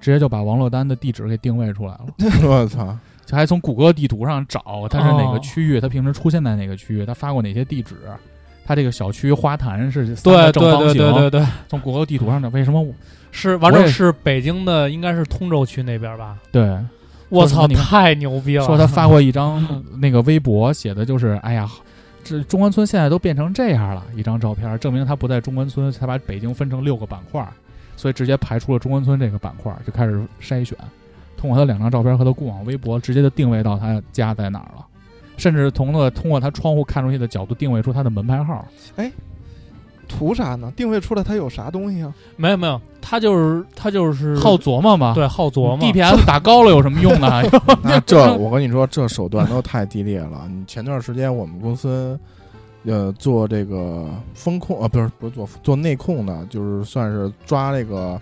直接就把王珞丹的地址给定位出来了，
我 操！
就还从谷歌地图上找他是哪个
哦
区域，他平时出现在哪个区域，他发过哪些地址，他这个小区花坛是三个
对对
正方
对
形，
对对对，
从谷歌地图上找为什么我
是完
我
之
也
后是北京的，应该是通州区那边吧？
对
我
说
操，
你们
太牛逼了！
说他发过一张那个微博，写的就是哎呀。这中关村现在都变成这样了，一张照片证明他不在中关村，他把北京分成六个板块儿，所以直接排除了中关村这个板块儿，就开始筛选。通过他两张照片和他过往微博，直接就定位到他家在哪儿了，甚至通过通过他窗户看出去的角度定位出他的门牌号。
图啥呢？定位出来它有啥东西啊？
没有没有，他就是他就是
好琢磨嘛，
对好琢磨
DPS 打高了有什么用啊呢？
那这我跟你说，这手段都太低劣了。你前段时间我们公司，呃，做这个风控啊，不是不是做做内控的，就是算是抓这个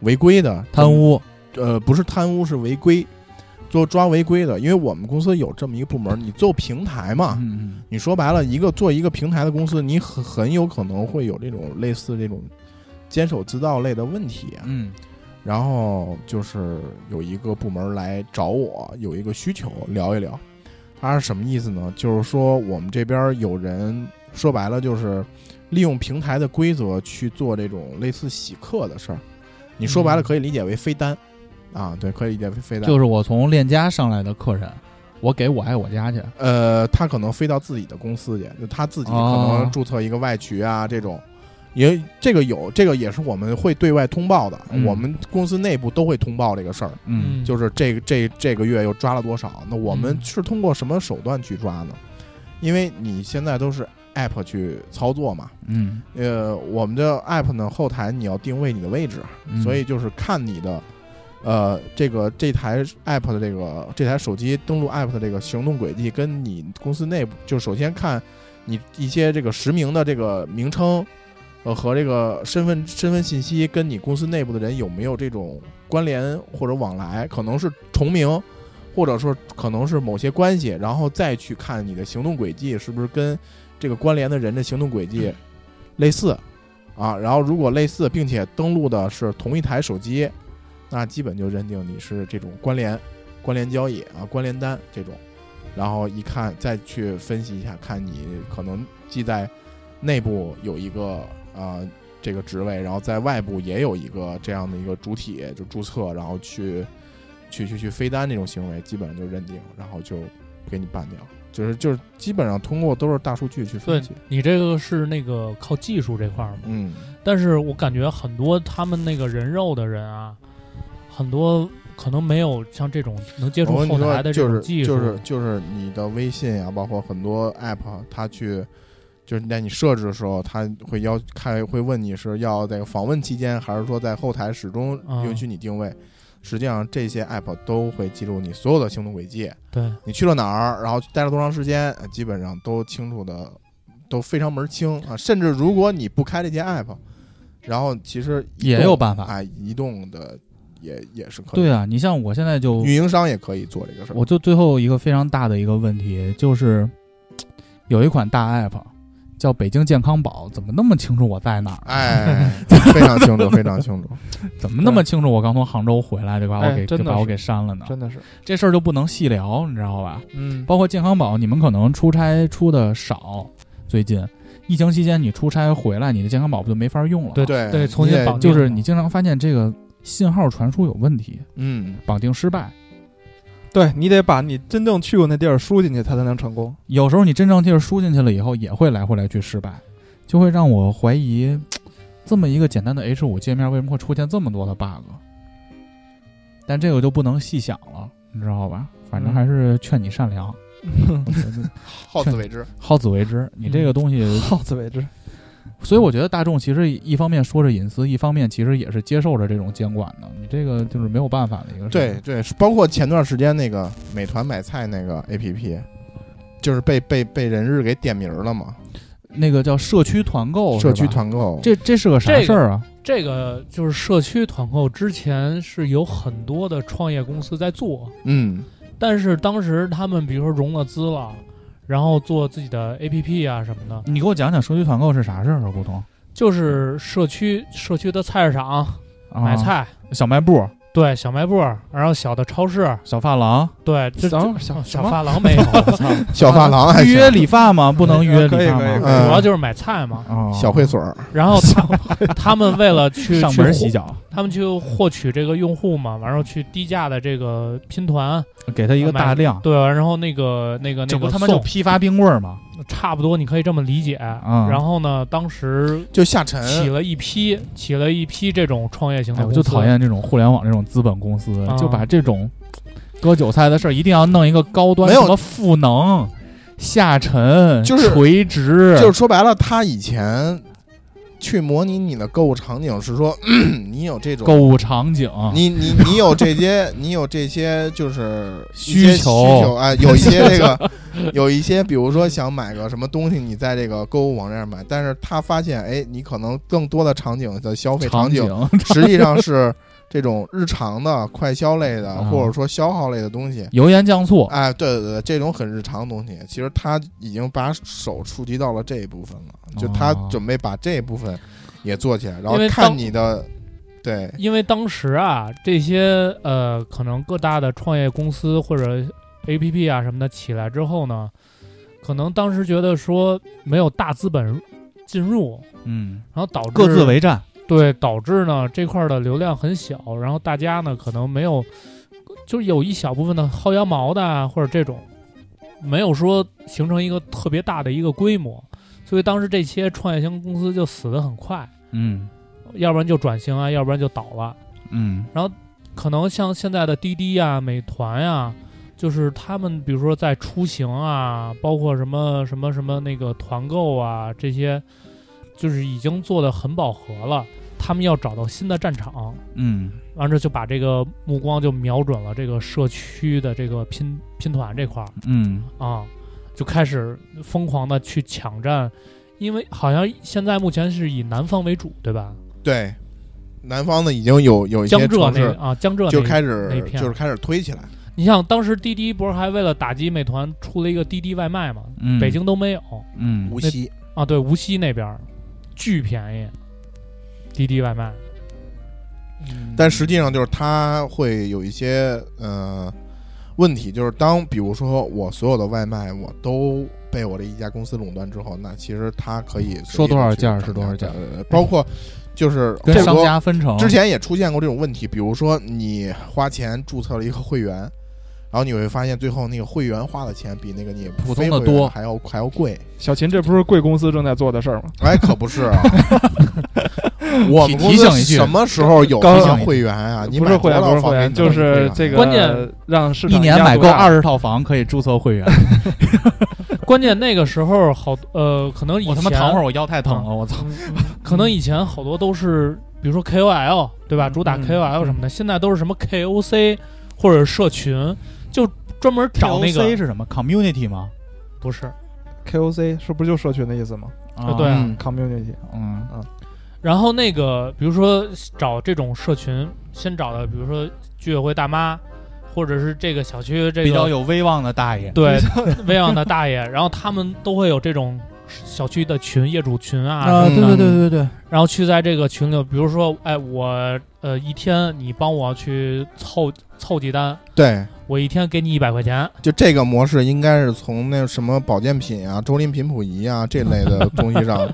违规的
贪，污，
呃，不是贪污是违规，做抓违规的。因为我们公司有这么一个部门，你做平台嘛，
嗯，
你说白了，一个做一个平台的公司，你很很有可能会有这种类似这种监守自盗类的问题。啊
嗯
然后就是有一个部门来找我，有一个需求聊一聊。他是什么意思呢？就是说我们这边有人说白了就是利用平台的规则去做这种类似洗客的事儿。你说白了
嗯
可以理解为飞单，啊，对，可以理解为飞单。
就是是我从链家上来的客人，我给我爱我家去，
呃，他可能飞到自己的公司去，就他自己可
哦
能注册一个外渠啊这种。也这个有，这个也是我们会对外通报的，
嗯
我们公司内部都会通报这个事儿。
嗯
嗯
就是这个这这个月又抓了多少？那我们
嗯
是通过什么手段去抓呢？因为你现在都是 app 去操作嘛，
嗯，
呃，我们的 app 呢后台你要定位你的位置，
嗯
所以就是看你的，呃，这个这台 app 的这个这台手机登录 app 的这个行动轨迹，跟你公司内部，就首先看你一些这个实名的这个名称，呃和这个身份身份信息跟你公司内部的人有没有这种关联或者往来，可能是重名，或者说可能是某些关系，然后再去看你的行动轨迹是不是跟这个关联的人的行动轨迹类似啊。然后如果类似，并且登录的是同一台手机，那基本就认定你是这种关联、关联交易啊、关联单这种。然后一看，再去分析一下，看你可能既在内部有一个啊、呃这个职位，然后在外部也有一个这样的一个主体，就注册，然后去去去去飞单这种行为，基本上就认定，然后就给你办掉。就是就是基本上通过都是大数据去
对
分析。
你这个是那个靠技术这块儿嘛？
嗯，
但是我感觉很多他们那个人肉的人啊，很多可能没有像这种能接触
我跟你
后台
说，
的这
就
种
是
技术，
就是就是你的微信啊，包括很多 app，它啊去就是在你设置的时候，它会要看会问你是要在访问期间，还是说在后台始终
嗯
允许你定位。实际上，这些 app 都会记录你所有的行动轨迹，
对，
你去了哪儿，然后待了多长时间，呃基本上都清楚的，都非常门儿清啊。甚至如果你不开这些 app，然后其实移
也
动
有办法
啊，移动的也也是可以。
对啊，你像我现在就
运营商也可以做这个事儿。
我就最后一个非常大的一个问题就是，有一款大 app 叫北京健康宝，怎么那么清楚我在哪儿？
哎，非常清楚，非常清楚。
怎么那么清楚我刚从杭州回来就把我
哎
给、
真
就
的
把我
是
给删了呢？
真的是，
这事儿就不能细聊，你知道吧？
嗯，
包括健康宝，你们可能出差出的少，最近疫情期间你出差回来，你的健康宝不就没法用了？
对
对
对，重
你
新
也
绑定
就是
嘛
你经常发现这个信号传输有问题，
嗯，
绑定失败。
对你得把你真正去过那地儿输进去，它才能成功。
有时候你真正就是输进去了以后，也会来回来去失败，就会让我怀疑，这么一个简单的 H 五界面为什么会出现这么多的 bug？但这个就不能细想了，你知道吧？反
嗯
正还是劝你善 良，
好自为之。
好自为之。你
嗯
这个东 西，
好自为之。
所以我觉得大众其实一方面说着隐私，一方面其实也是接受着这种监管的。你这个就是没有办法的一个事。
对，对，包括前段时间那个美团买菜那个 A P P，就是被被被人日给点名了嘛，
那个叫社区团购，
社区
哦是吧，
团购。
这这是个啥
这个
事儿啊？
这个就是社区团购之前是有很多的创业公司在做，
嗯，
但是当时他们比如说融了资了，然后做自己的 APP 啊什么的，
你给我讲讲社区团购是啥事儿啊，古潼？
就是社区社区的菜市场
啊
买、菜，
小卖部、
对小卖部，然后小的超市，
小发廊，
对，这这
小小
小发 廊没有，我操
小发廊还
预
哎行
约理发吗？不能预约理
可以
发
可
吗？
以
主要
嗯，
就是买菜嘛。
哦
小会所儿
然后 他他们为了去
上
去
门
获
洗脚，
他们去获取这个用户嘛，然后去低价的这个拼团，
给他一个
买
大量，
对，然后那个那个那
这不
个
他妈就
送
批发冰棍儿吗？
差不多，你可以这么理解。
嗯
然后呢，当时
就下沉，
起了一批起了一批这种创业型
哎，
的
我
公司，
就讨厌这种互联网这种资本公司，
啊
就把这种割韭菜的事儿一定要弄一个高端，
没有
什么赋能、下沉、
就是
垂直，
就是说白了，他以前去模拟你的购物场景是说，嗯你有这种
购物场景。
你你你有这些，你有这些就是
需
一些需
求
求啊，有一些这个，有一些比如说想买个什么东西，你在这个购物网站上买，但是他发现，哎，你可能更多的场景的消费
场
景，实际上是这种日常的快消类的，
啊
或者说消耗类的东西。
油盐酱醋，
哎，对对对，这种很日常的东西，其实他已经把手触及到了这一部分了，就他
哦
准备把这一部分也做起来，然后
因为
看
当
你的，对，
因为当时啊，这些呃，可能各大的创业公司或者 APP 啊什么的起来之后呢，可能当时觉得说没有大资本进入，
嗯，
然后导致
各自为战，
对导致呢这块儿的流量很小，然后大家呢可能没有，就是有一小部分的薅羊毛的啊，或者这种，没有说形成一个特别大的一个规模，所以当时这些创业型公司就死得很快，
嗯
要不然就转型啊，要不然就倒了。
嗯，
可能像现在的滴滴啊、美团呀、就是他们比如说在出行啊，包括什么什么什么那个团购啊这些，就是已经做的很饱和了。他们要找到新的战场，
嗯，
完了就把这个目光就瞄准了这个社区的这个拼拼团这块儿
嗯，
啊，就开始疯狂的去抢占，因为好像现在目前是以南方为主，对吧？
对，南方的已经有有一
江
些
浙
城
那
市
啊，江浙那
就
一
开
那一
始
片
就是开始推起来，
你像当时滴滴不是还为了打击美团出了一个滴滴外卖嘛？
嗯
北京都没有
嗯，
无锡
啊，对，无锡那边儿巨便宜，滴滴外卖。嗯
但实际上就是它会有一些呃问题，就是当比如说我所有的外卖我都被我这一家公司垄断之后，那其实它可以随意地
说多少
去
件儿
涨
是多少
价
件儿
对对对包括就是
跟
这
商
多
家分成
之前也出现过这种问题，比如说你花钱注册了一个会员。然后你会发现，最后那个会员花的钱比那个你
普
非
通的
会员
多
还要还要贵。
小秦，这不是贵公司正在做的事儿吗？
哎，可不 是啊！我们公
提提
司
醒一句
什么时候有
刚
这些会员啊？你
不是
买多
会员，不
少
是
房
会员，
源
就是
啊
这个
关键
让市场
一年
压
买
多
够
大
二十套房可以注册会员。
关键那个时候好呃，可 能以
我
前
他妈躺会儿，我腰太疼了，我操！
可能以前好多都是比如说 KOL 对吧，主打
嗯
KOL 什么的，现在都是什么 KOC 或者社群，就专门找那
KOC
个
是什么？Community 吗？
不是
KOC 是不是就社群的意思吗？
啊
对啊
嗯
community
嗯
然后那个，比如说找这种社群，先找的，比如说居委会大妈，或者是这个小区这个
比较有威望的大爷，
对 威望的大爷，然后他们都会有这种小区的群、业主群啊，
啊，对
什
对
么的
对对对，
然后去在这个群里，比如说，哎，我呃一天你帮我去凑凑几单，
对，
我一天给你一百块钱，
就这个模式应该是从那什么保健品啊、周林频谱仪啊这类的东西 上，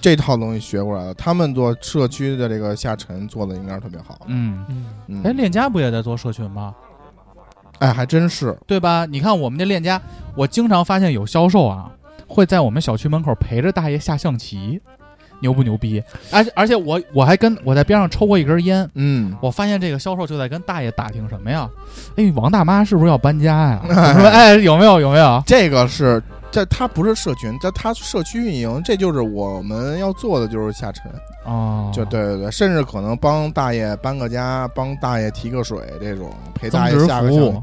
这套东西学过来的。他们做社区的这个下沉做的应该是特别好。
嗯。
嗯，
嗯
哎，链家不也在做社群吗？
哎，还真是
对吧？你看我们这链家，我经常发现有销售啊，会在我们小区门口陪着大爷下象棋，牛不牛逼？而且而且我我还跟我在边上抽过一根烟，
嗯，
我发现这个销售就在跟大爷打听什么呀？哎，王大妈是不是要搬家呀？ 我说哎，有没有有没有？
这个是这它不是社群，这它社区运营，这就是我们要做的就是下沉。
哦，
就对对对，甚至可能帮大爷搬个家，帮大爷提个水这种，陪
增
大爷
值
下个
服
象棋
务，
啊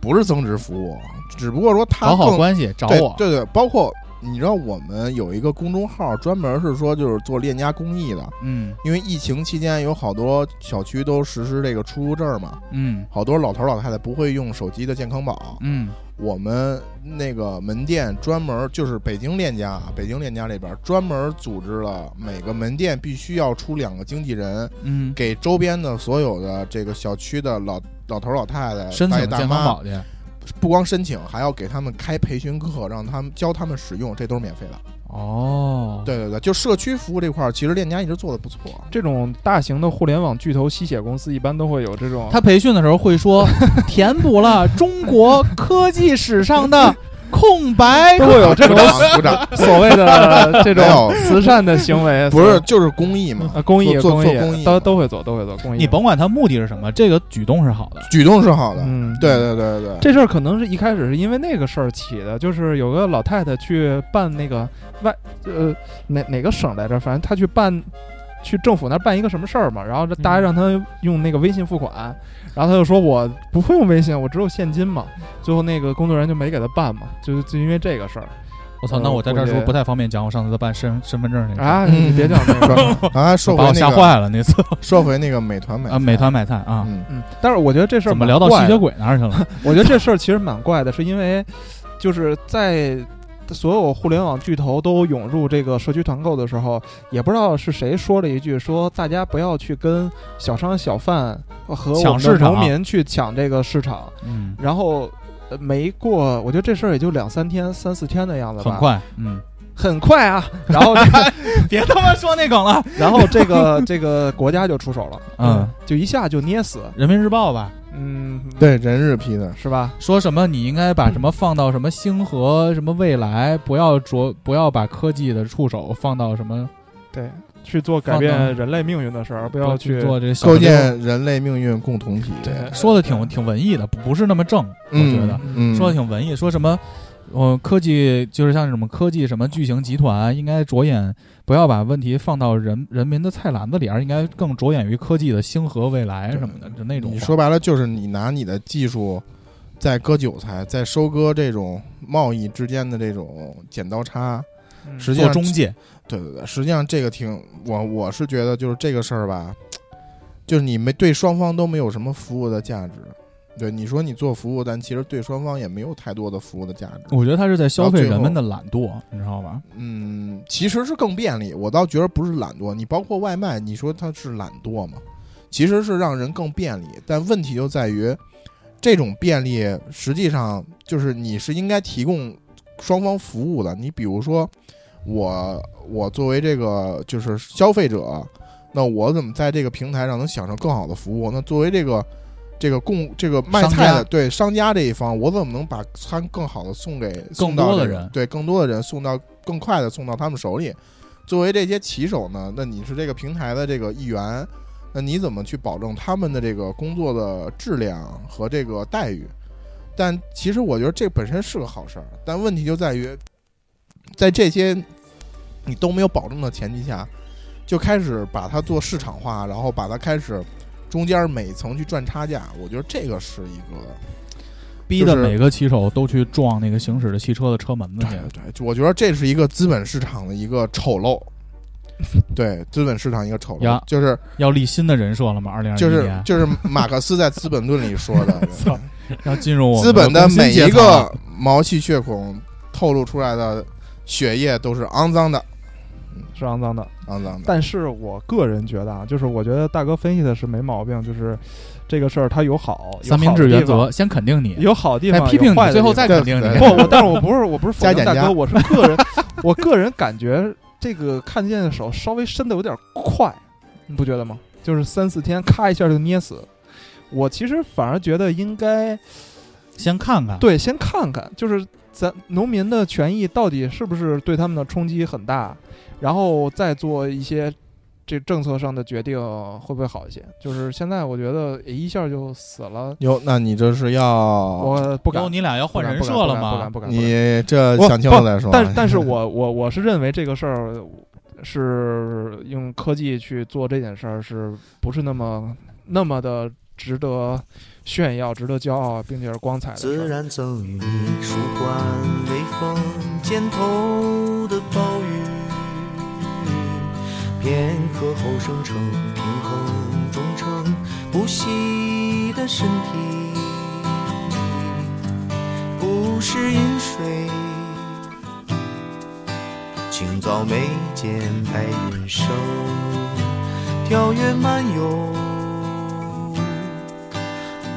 不是增值服务，只不过说他
搞好
更
关系找我。
对对对，包括你知道我们有一个公众号，专门是说就是做链家公益的，
嗯
因为疫情期间有好多小区都实施这个出入证嘛，
嗯
好多老头老太太不会用手机的健康宝，
嗯
我们那个门店专门就是北京链家啊，北京链家这边专门组织了每个门店必须要出两个经纪人，
嗯，
给周边的所有的这个小区的老老头老太太、
申
大爷
请
大
健康
妈，
宝去，
不光申请，还要给他们开培训课，让他们教他们使用，这都是免费的。
嗯哦，
对对对，就社区服务这块儿，其实链家一直做的不错。
这种大型的互联网巨头吸血公司一般都会有这种，
他培训的时候 会说，填补了中国科技史上 的空白。
都会有这
鼓
种
掌鼓 掌，
所谓 的这
没
种
有
慈善的行为，
不是就是公益嘛？
呃公益
做做
益
做公益
都都会做都会做公益。
你甭管他目的是什么，这个举动是好的。
举动是好的，
嗯，
对对对对对，
这事儿可能是一开始是因为那个事儿起的，就是有个老太太去办那个外呃哪哪个省来着，反正她去办去政府那儿办一个什么事儿嘛，然后大
嗯
家让她用那个微信付款，然后她就说我不会用微信，我只有现金嘛，最后那个工作人员就没给她办嘛，就就因为这个事儿
我操，那
呃
我在这儿是不是不太方便讲我上次在办身身份证那个事儿？
啊，
嗯
你别讲这 个。
啊，说回
把我吓
那个，
坏了那次
说回那个美团买
啊，美团买菜啊，
嗯，
嗯，但是我觉得这事儿
怎么
蛮
聊到
怪
吸血
的
鬼那儿去 了？
我觉得这事儿其实蛮怪的，是因为就是在所有互联网巨头都涌入这个社区团购的时候，也不知道是谁说了一句，说大家不要去跟小商小贩和我
抢
们
市
的
场
农民去抢这个市场。
嗯，
然后呃没过，我觉得这事儿也就两三天、三四天的样子吧，
很，快，嗯，
很快啊。然后，
别他妈说那梗了，
然后这个这个国家就出手了，
嗯，
就一下就捏死，
《人民日报》吧，
嗯，，
对人日批的，
是吧？
说什么你应该把什么放到什么星河什么未来，不要着不要把科技的触手放到什么，
对，去做
放
改
荡
变人类命运的事儿，不要去
做这个小
构建人类命运共同体。
对
说的挺挺文艺的，不不是那么正，我
嗯，
觉得
嗯，
说的挺文艺，说什么。呃，科技就是像什么科技什么巨型集团，应该着眼不要把问题放到人人民的菜篮子里，而应该更着眼于科技的星河未来什么的，就那种话。
你说白了就是你拿你的技术在割韭菜，在收割这种贸易之间的这种剪刀差。
嗯
实际上，
做中介，
对对对，实际上这个挺我我是觉得就是这个事儿吧，就是你没对双方都没有什么服务的价值。对，你说你做服务，但其实对双方也没有太多的服务的价值。
我觉得他是在消费
然后最后
人们的懒惰，你知道吧？
嗯，其实是更便利。我倒觉得不是懒惰，你包括外卖，你说它是懒惰吗？其实是让人更便利，但问题就在于，这种便利实际上就是你是应该提供双方服务的。你比如说，我我作为这个就是消费者，那我怎么在这个平台上能享受更好的服务？那作为这个这个供这个卖菜
商家
的对商家这一方，我怎么能把餐更好的送给送到
多的
这个
人
对更多的人送到更快的送到他们手里？作为这些骑手呢，那你是这个平台的这个一员，那你怎么去保证他们的这个工作的质量和这个待遇？但其实我觉得这本身是个好事儿，但问题就在于，在这些你都没有保证的前提下，就开始把它做市场化，然后把它开始中间每一层去赚差价。我觉得这个是一个，
逼的
就是
每个骑手都去撞那个行驶的汽车的车门子去
嗯
对。对，就我觉得这是一个资本市场的一个丑 陋。对资本市场一个丑
呀
陋，就是
要立新的人设了吗？
啊
二零二一
就是
年
就是马克思在《资本论》里说 的，
操要进入我们
资本的
工薪
每
阶
一
层
个毛细血孔透露出来的血液都是肮脏的，
是肮脏的。
肮脏的。
但是我个人觉得啊，就是我觉得大哥分析的是没毛病，就是这个事儿它有好，有
三明
好
治
的
原
地方
则，先肯定你，
有好地
再
方，
批
有
评
坏
你，
的
最后
地
再
方
对
肯定
对
你。
对
不，我但是我不是我不是否
加
认
减
大
加
哥，我是个人，我个人感觉这个看见的手稍微伸的有点快，你不觉得吗？就是三四天咔一下就捏死。我其实反而觉得应该
先看看，
对，先看看，就是咱农民的权益到底是不是对他们的冲击很大，然后再做一些这政策上的决定，会不会好一些？就是现在我觉得一下就死了，
哟，那你这是要
我不敢
哟，哦你俩要换
不敢
人
不敢
设
不
了
敢不敢
吗？
不敢，不敢
你这
我
想清
不
楚再说啊。
但但是我我我是认为这个事儿是用科技去做这件事儿，是不是那么那么的值得炫耀、值得骄傲，并且是光彩的
自
事儿。
然赠予你舒缓微风肩头的暴雨，片刻后生成平衡忠诚不息的身体，不是饮水。清早眉间白云生，跳跃漫游。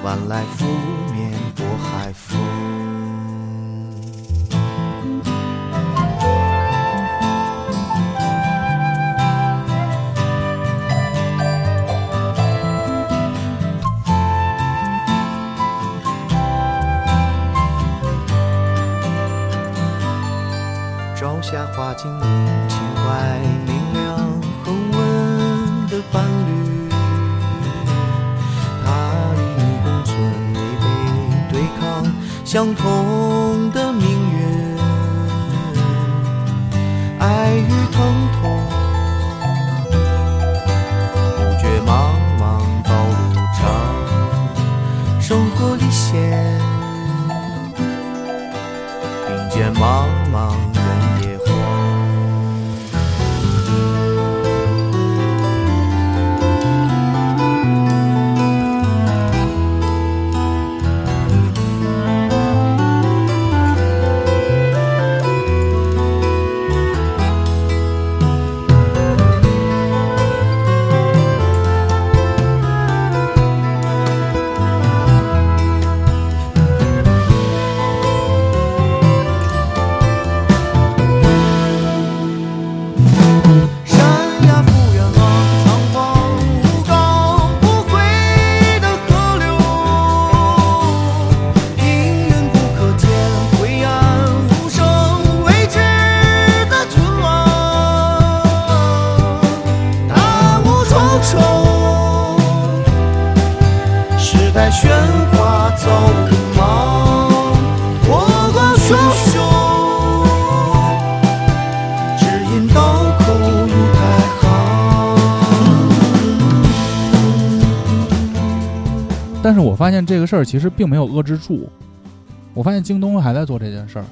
晚来拂面薄海风。朝霞花径里，情怀明亮恒温的伴侣。它与你共存，违背对抗相同的命运，爱与疼痛，不觉茫茫道路长，生活历险，并肩茫茫人野荒。山呀不远望，苍黄无高不回的河流，阴云不可见，晦暗无声，未知的存亡，大雾重重，时代喧哗走忙，火光熊熊。只因刀口入太行。
但是我发现这个事儿其实并没有遏制住，我发现京东还在做这件事儿。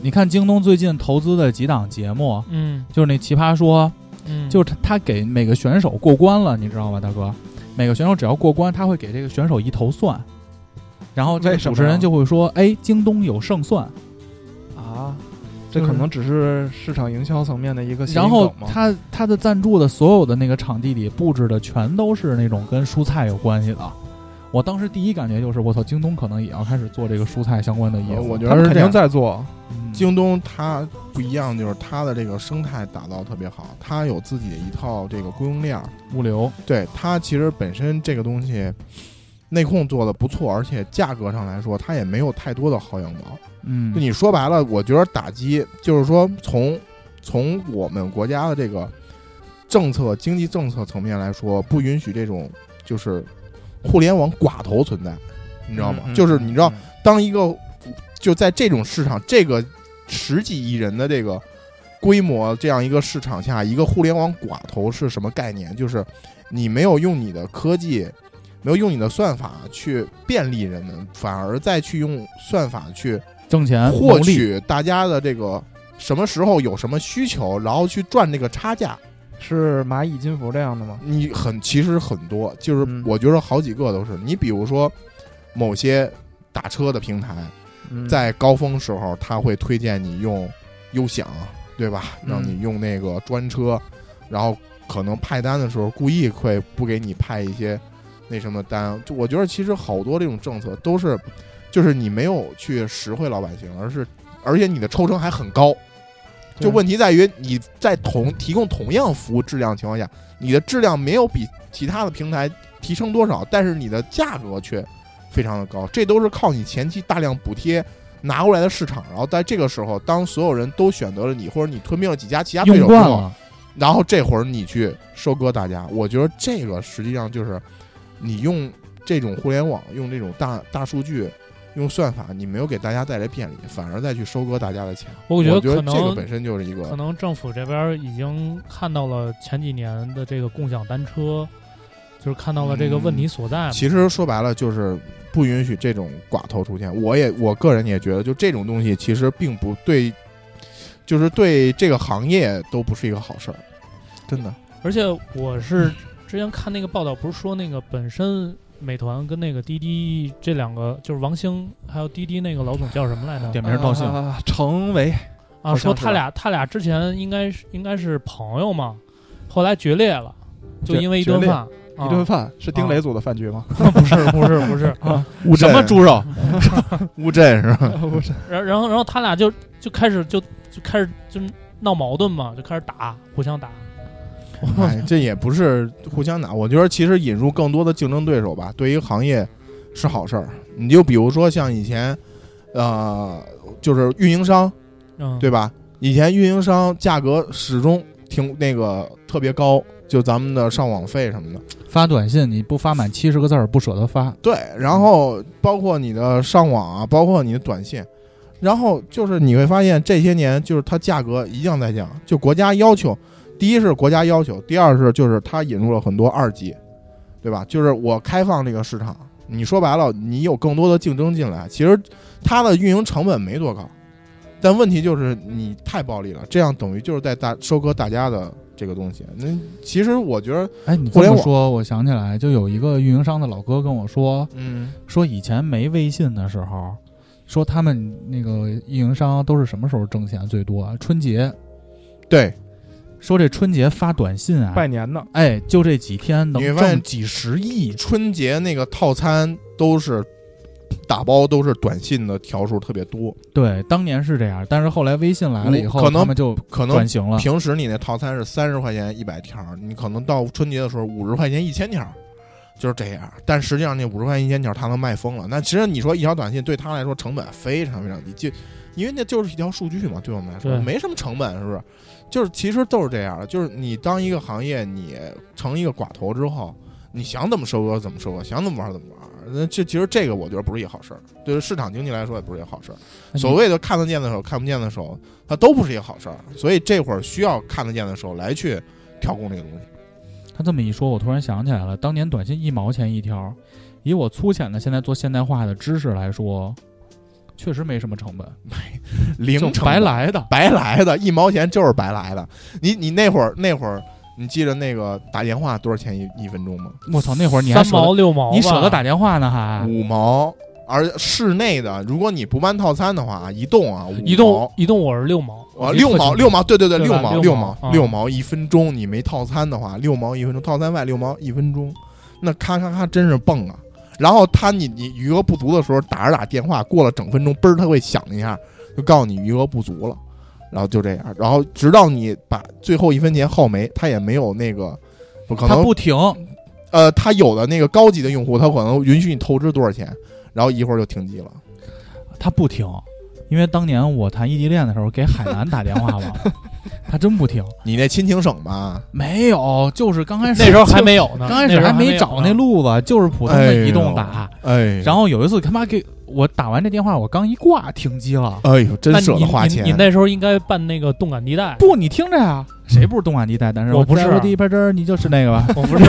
你看京东最近投资的几档节目，
嗯
就是那《奇葩说》，
嗯，
就是他他给每个选手过关了，你知道吧，大哥？每个选手只要过关，他会给这个选手一头蒜，然后这个
为什
主
么
持人
呀
就会说：“哎，京东有胜算。”
啊，这可能只是市场营销层面的一个。
然后他他的赞助的所有的那个场地里布置的全都是那种跟蔬菜有关系的。我当时第一感觉就是，我操，京东可能也要开始做这个蔬菜相关的业务。
我觉
他
得
们
是
肯
这
定
样。
在做，
嗯
京东它不一样，就是它的这个生态打造特别好，它有自己的一套这个供应链儿。
物流，
对它其实本身这个东西，内控做的不错，而且价格上来说，它也没有太多的薅羊毛。
嗯
就，你说白了，我觉得打击就是说从从我们国家的这个政策、经济政策层面来说，不允许这种就是互联网寡头存在，你
你
知道吗？就是
嗯
你知道，，当一个就在这种市场，这个十几亿人的这个规模这样一个市场下，一个互联网寡头是什么概念？就是你没有用你的科技，没有用你的算法去便利人们，反而再去用算法去
挣钱
获
牟啊利
取大家的这个什么时候有什么需求，然后去赚这个差价。
是蚂蚁金服这样的吗？
你很其实很多，就是
嗯
我觉得好几个都是。你比如说某些打车的平台，
嗯
在高峰时候，他会推荐你用优享，对吧？
嗯
让你用那个专车，然后可能派单的时候故意会不给你派一些那什么单。就我觉得其实好多这种政策都是，就是你没有去实惠老百姓，而是而且你的抽成还很高。
对
就问题在于你在同提供同样服务质量情况下，你的质量没有比其他的平台提升多少，但是你的价格却非常的高，这都是靠你前期大量补贴拿过来的市场，然后在这个时候，当所有人都选择了你，或者你吞并了几家其他对手
用
之
惯
后，
了，
然后这会儿你去收割大家，我觉得这个实际上就是你用这种互联网，用这种大大数据。用算法，你没有给大家带来便利，反而再去收割大家的钱。
我
我
觉得可
这个
能
本身啊就是一个
可能政府这边儿已经看到了前几年
嗯
的这个共享单车，就是看到了这个问题所在嘛。
其实说白了就是不允许这种寡头出现。我也我个人也觉得，就这种东西其实并不对，就是对这个行业都不是一个好事儿，真的。
而且我是之前看那个报道，不是说那个本身美团跟那个滴滴这两个，就是王兴还有滴滴那个老总叫什么来着？
点名道姓，
啊成为
啊，
好像
说
是
他俩他俩之前应该是应该是朋友嘛，后来决裂了，就
决
因为一
决
顿
裂
饭，
一顿
啊、
饭，是丁
啊
磊组的饭局吗？
不是不是不是，
乌
什么猪肉？
乌镇是
啊
吧？
不是，
然然后然后他俩就就开始就就开始就闹矛盾嘛，就开始打，互相打。
哎，这也不是互相打。我觉得其实引入更多的竞争对手吧，对于行业是好事儿。你就比如说像以前，呃，就是运营商
嗯，
对吧？以前运营商价格始终挺那个特别高，就咱们的上网费什么的。
发短信你不发满七十个字儿不舍得发，
对，然后包括你的上网啊，包括你的短信，然后就是你会发现这些年就是它价格一降再降，就国家要求，第一是国家要求，第二是就是它引入了很多二级，对吧？就是我开放这个市场，你说白了，你有更多的竞争进来，其实它的运营成本没多高，但问题就是你太暴力了，这样等于就是在大收割大家的这个东西。那其实我觉得，
哎，你这
互联
么
网
说，我想起来，就有一个运营商的老哥跟我说，
嗯，
说以前没微信的时候，说他们那个运营商都是什么时候挣钱最多啊？春节，
对，
说这春节发短信啊，
拜年呢，
哎，就这几天能
你会发
挣
现
几十亿，
春节那个套餐都是打包都是短信的条数特别多，
对，当年是这样，但是后来微信来了以后，
可能
他们就
可能
转型了。
平时你那套餐是三十块钱一百条，你可能到春节的时候五十块钱一千条，就是这样。但实际上那五十块钱一千条他能卖疯了。那其实你说一条短信对他来说成本非常非常低，就因为那就是一条数据嘛，对我们来说
对
没什么成本，是不是？就是其实都是这样的，就是你当一个行业你成一个寡头之后，你想怎么收割怎么收割，想怎么玩怎么玩。那这其实这个我觉得不是一好事儿，对于市场经济来说也不是一好事儿。
哎
所谓的看得见的手、看不见的手，它都不是一个好事儿。所以这会儿需要看得见的手来去调控这个东西。
他这么一说，我突然想起来了，当年短信一毛钱一条，以我粗浅的现在做现代化的知识来说，确实没什么成本，
零
就
成
白
本，
来的。
白来的，一毛钱就是白来的。你你那会儿那会儿，你记得那个打电话多少钱一一分钟吗？
我操，那会儿你还
三
舍
毛
得，
六毛吧，
你舍得打电话呢还？
五毛。而室内的，如果你不办套餐的话，移动啊，五
移
毛
动移动我是六毛，
啊，六毛六毛，对对对，
对
六
吧
毛
六
六
毛
毛
啊
六毛一分钟，你没套餐的话，六毛一分钟，套餐外六毛一分钟，那咔咔咔真是蹦啊！然后他你你余额不足的时候打着打电话，过了整分钟，嘣儿他会响一下，就告诉你余额不足了，然后就这样，然后直到你把最后一分钱耗没，他也没有那个，不可
他
能
不停，
呃，他有的那个高级的用户，他可能允许你透支多少钱，然后一会儿就停机了。
他不停，因为当年我谈异地恋的时候给海南打电话嘛， 他真不停。
你那亲情省吧，
没有，就是刚开始
那时候还 没有呢，
刚开始
那时候
还啊
还
没嗯
有
找
呢
那路子，就是普通的移动打。
哎，
然后有一次他妈给我打完这电话，我刚一挂停机了。
哎呦，真
那
舍
你
得花
你
钱。啊
你那时候应该办那个动感地带，
不，你听着呀，谁不是东莞地带？但是
我不是啊
嗯我第一拍针儿，你就是那个 吧？
我不是，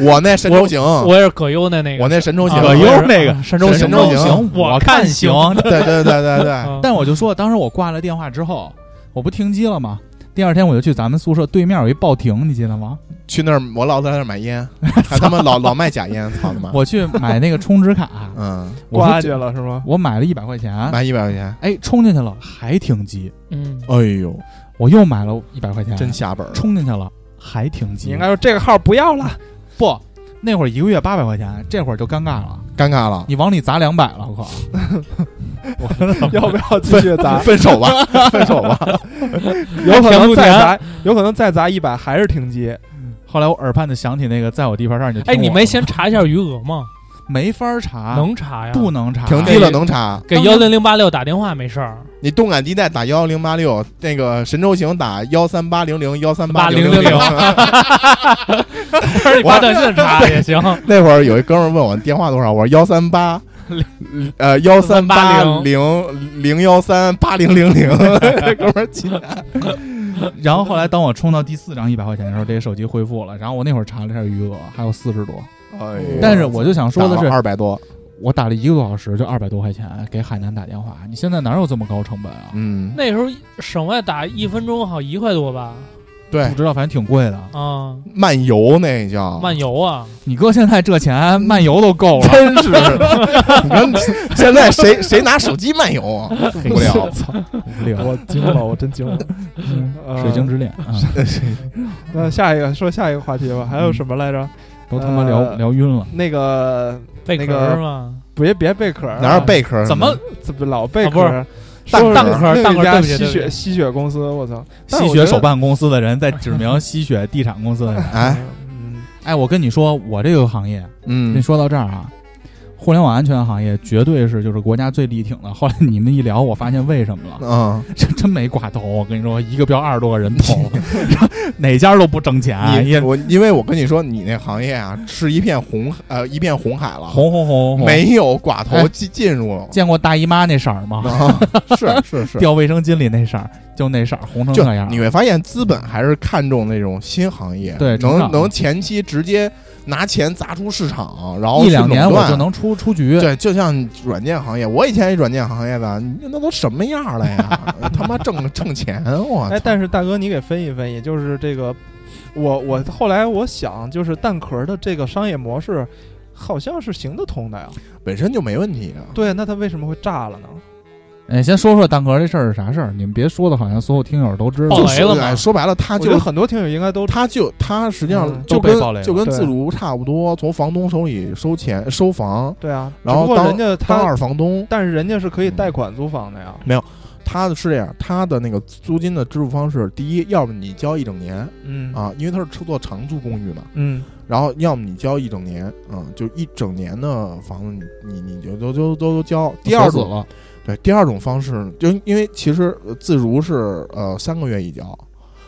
我那神州行，
我也是葛优的那个，
我那神州行，
啊
葛优那个
啊神州
神
行
州行
行，我
我
看
看
行
行。
对对对对对，
啊
但我就说，当时我挂了电话之后，我不停机了吗？第二天我就去咱们宿舍对面有一报亭，你记得吗？
去那儿我老在那儿买烟， 还他妈老老卖假烟，操他妈！，
我去买那个充值卡
嗯，
我说
挂去
这
了是吗？
我买了一百块钱，
买一百块钱，
哎，充进去了还停机，
嗯，
哎呦，
我又买了一百块钱，
真下本儿。
充进去了还停机。
你应该说这个号不要了，
不，那会儿一个月八百块钱，这会儿就尴尬了，
尴尬了，
你往里砸两百了，我靠！
要不要继续砸？
分手吧，分手吧。
有可
田
能
不
再
田
砸， 有可能再砸一百还是停机。
后来我耳畔就想起那个，在我地盘上你就听
哎，你
我
没
的
先查一下余额吗？
没法儿查，
能查
啊
呀，
不能查？
停机了能查，
给幺零零八六打电话没事儿，
你动感地带打幺零八六，那个神州行打幺三八零零幺三八零
8000或者你发短信查也行。
那会儿有一哥们儿问我电话多少，我说幺三八，呃幺三八零零幺三八零零零， 哥们儿气的
然后后来当我充到第四张一百块钱的时候，这个手机
哦
恢复了。然后我那会儿查了一下余额，还有四十多。
哎呦
但是我就想说的是，
二百多，
我打了一个多小时，就二百多块钱给海南打电话。你现在哪有这么高成本啊？
嗯，
那时候省外打一分钟好像一块多吧？
对
不，知道，反正挺贵的。
啊，
漫游那叫
漫游啊，
你哥现在这钱漫游都够 了，，
真是，你看现在谁谁拿手机漫游啊？无聊
操，无聊，
我惊了，我真惊了。呃
嗯水晶之恋啊，
那下一个说下一个话题吧，还有什么来着？
都他妈聊
呃
聊晕了。
那个
贝
那
壳
个
儿嘛，
别别贝壳儿啊，
哪有贝壳？
怎么？
怎么老贝
啊
壳
不是
儿？
蛋
说是
蛋
壳儿
那
蛋壳儿
家
对不起
吸
对不
血
起
吸血公司，我操！但
吸
我
血
觉得
手办公司的人在指名吸血地产公司 的人。
哎，
嗯，
哎，我跟你说，我这个行业，那
嗯，
说到这儿啊，互联网安全行业绝对是就是国家最力挺的。后 来你们一聊，我发现为什么了，
嗯，
这真没挂头。我跟你说，一个标二十多个人 头，哪家都不挣钱，啊
你
哎也
我因为我跟你说，你那行业啊是一片红呃一片红海了，
红红红红。
没有寡头
哎
进进入
见过大姨妈那色儿吗？
啊，是是是，
掉卫生巾里那色儿，就那色儿，红成
就
那样。
你会发现资本还是看重那种新行业，
对成
能
长
能前期直接拿钱砸出市场，然后
一
去
两年
垄
我
断
就。能出出局。
对，就像软件行业，我以前也软件行业的，你那都什么样了呀？他妈挣挣钱，啊我操
哎，但是大哥，你给分析分析，就是这个，我我后来我想，就是蛋壳儿的这个商业模式，好像是行得通的呀。
本身就没问题啊。
对，那它为什么会炸了呢？
哎，先说说蛋壳这事儿是啥事儿，你们别说的好像所有听友都知道
爆
就。
雷了
是
嘛
哎说白了，他
我觉得
就
很多听友应该都
他就他实际上
嗯
就
都被
跟
暴雷了
就跟
对
自如差不多，从房东手里收钱收房，
对啊，
然
只
后
不过
当
人家
当
他，
二嗯房东，
但是人家是可以贷款租房的呀。
他是这样，他的那个租金的支付方式，第一，要么你交一整年
嗯
啊，因为他是制作长租公寓嘛，
嗯，
然后要么你交一整年，啊，就一整年的房子你，你你就都都都都交。第二
锁
种
死了，
对，第二种方式，就因为其实呃自如是呃三个月一交，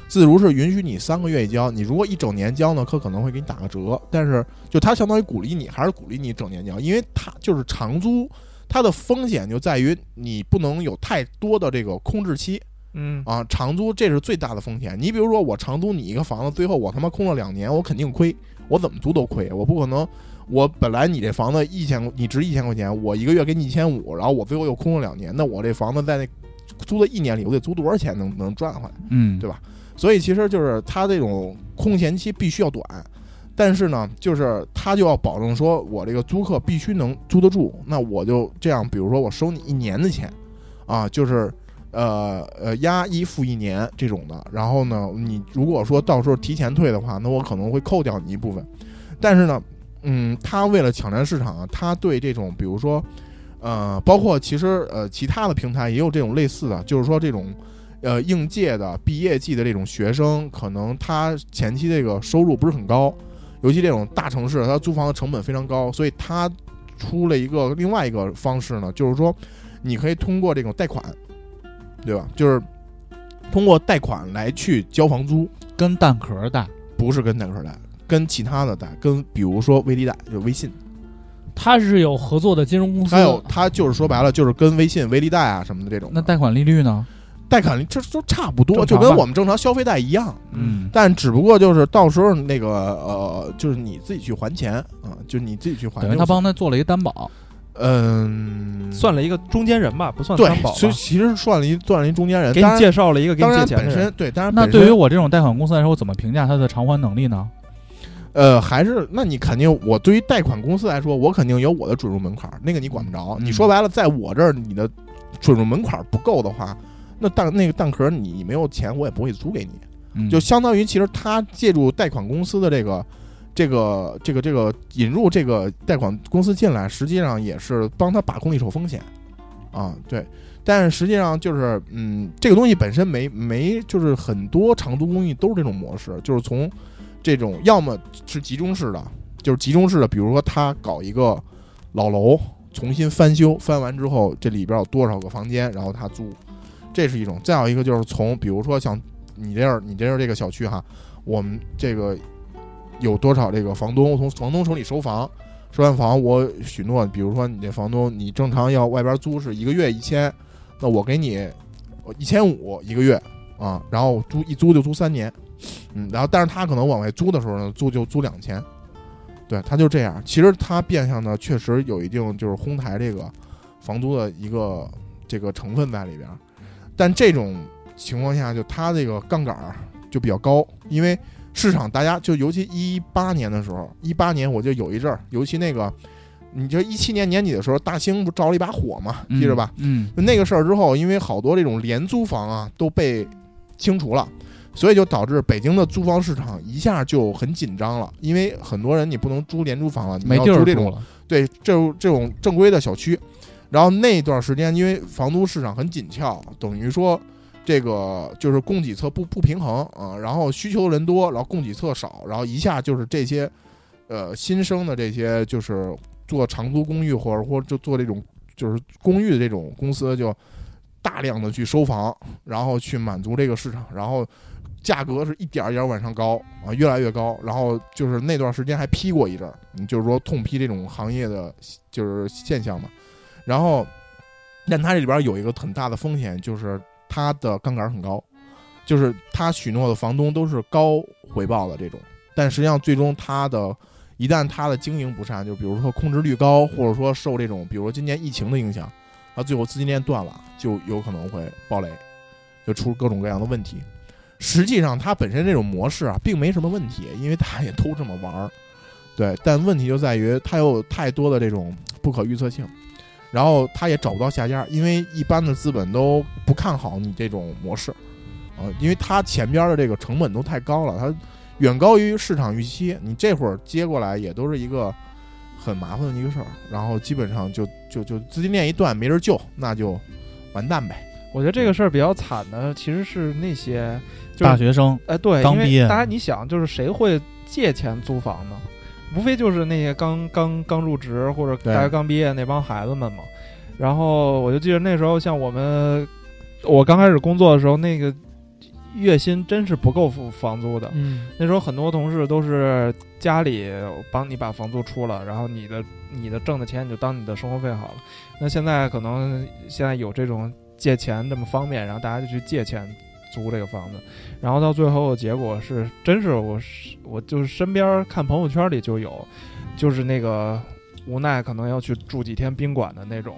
自如是允许你三个月一交，你如果一整年交呢，可可能会给你打个折，但是就它相当于鼓励你，还是鼓励你整年交，因为它就是长租，它的风险就在于你不能有太多的这个空置期
嗯
啊，长租这是最大的风险。你比如说我长租你一个房子，最后我他妈空了两年，我肯定亏，我怎么租都亏，我不可能。我本来你这房子一千，你值一千块钱，我一个月给你一千五，然后我最后又空了两年，那我这房子在那租的一年里，我得租多少钱能能赚回来？
嗯，
对吧所以其实就是它这种空闲期必须要短，但是呢，就是他就要保证说我这个租客必须能租得住，那我就这样，比如说我收你一年的钱，啊，就是。呃呃，押一付一年这种的，然后呢，你如果说到时候提前退的话，那我可能会扣掉你一部分。但是呢，嗯，他为了抢占市场啊，他对这种比如说，呃，包括其实呃其他的平台也有这种类似的，就是说这种呃应届的毕业季的这种学生，可能他前期这个收入不是很高，尤其这种大城市，他租房的成本非常高，所以他出了一个另外一个方式呢，就是说你可以通过这种贷款，对吧？就是通过贷款来去交房租，
跟蛋壳大，
不是跟贷款贷，跟其他的贷，跟比如说微利贷，啊就是微信，
他是有合作的金融公司，
还有他就是说白了就是跟微信、微利贷啊什么的这种的。
那贷款利率呢？
贷款这都差不多，
正
就
常吧
跟我们正常消费贷一样。
嗯，
但只不过就是到时候那个呃，就是你自己去还钱啊、就是你自己去还
等于
就
他
行。
帮他做了一担保，
嗯，
算了一个中间人吧，不算担
对，
保吧
所以其实算了一算了一中间人，
给你
当然
介绍了一个给
当
你借
然
钱的
本
人。
身对，当然
那
啊本身
对于我这种贷款公司来说，我怎么评价它的偿还能力呢？
呃还是那你肯定我对于贷款公司来说，我肯定有我的准入门槛儿，那个你管不着。
嗯
你说白了，在我这儿你的准入门槛儿不够的话，那蛋那个蛋壳你没有钱，我也不会租给你。
嗯
就相当于其实他借助贷款公司的这个。这个这个这个引入这个贷款公司进来，实际上也是帮他把控了一手风险，啊，对。但是实际上就是，嗯，这个东西本身没没，就是很多长租公寓都是这种模式，就是从这种要么是集中式的，就是集中式的，比如说他搞一个老楼重新翻修，翻完之后这里边有多少个房间，然后他租，这是一种。再有一个就是从，比如说像你这儿你这儿这个小区哈，我们这个有多少这个房东从房东手里收房，收完房我许诺，比如说你这房东你正常要外边租是一个月一千，那我给你一千五一个月啊，然后租一租就租三年，嗯，然后但是他可能往外租的时候呢，租就租两千。对，他就这样。其实他变相的确实有一定就是哄抬这个房租的一个这个成分在里边儿，但这种情况下，就他这个杠杆儿就比较高，因为市场大家就尤其一八年的时候，一八年我就有一阵儿，尤其那个，你就一七年年底的时候，大兴不着了一把火嘛，记着吧？？
嗯，
就那个事儿之后，因为好多这种廉租房啊都被清除了，所以就导致北京的租房市场一下就很紧张了。因为很多人你不能租廉租房了，你
没
要
地儿
租这
住
种
了，
对这种这种正规的小区。然后那段时间，因为房租市场很紧俏，等于说这个就是供给侧不不平衡啊，然后需求人多，然后供给侧少，然后一下就是这些呃新生的这些就是做长租公寓或者或者就做这种就是公寓的这种公司就大量的去收房，然后去满足这个市场，然后价格是一点儿一点儿往上高啊，越来越高。然后就是那段时间还批过一阵儿，嗯就是说痛批这种行业的就是现象嘛。然后，但它这里边有一个很大的风险，就是它的杠杆很高，就是他许诺的房东都是高回报的这种，但实际上最终他的。一旦他的经营不善，就比如说空置率高，或者说受这种，比如说今年疫情的影响，他最后资金链断了，就有可能会爆雷，就出各种各样的问题。实际上，它本身这种模式啊，并没什么问题，因为大家也都这么玩儿，对。但问题就在于它有太多的这种不可预测性，然后它也找不到下家，因为一般的资本都不看好你这种模式，啊、因为它前边的这个成本都太高了，它远高于市场预期，你这会儿接过来也都是一个很麻烦的一个事儿，然后基本上就就就资金链一断没人救，那就完蛋呗。
我觉得这个事儿比较惨的其实是那些就是
大学生
哎，对，
刚
因为
毕业
大家你想，就是谁会借钱租房呢？无非就是那些刚刚刚入职或者
对
大学刚毕业那帮孩子们嘛。然后我就记得那时候，像我们我刚开始工作的时候，那个月薪真是不够付房租的。
嗯，
那时候很多同事都是家里帮你把房租出了，然后你的你的挣的钱你就当你的生活费好了。那现在可能现在有这种借钱这么方便，然后大家就去借钱租这个房子，然后到最后的结果是，真是我是我就是身边看朋友圈里就有，就是那个无奈可能要去住几天宾馆的那种。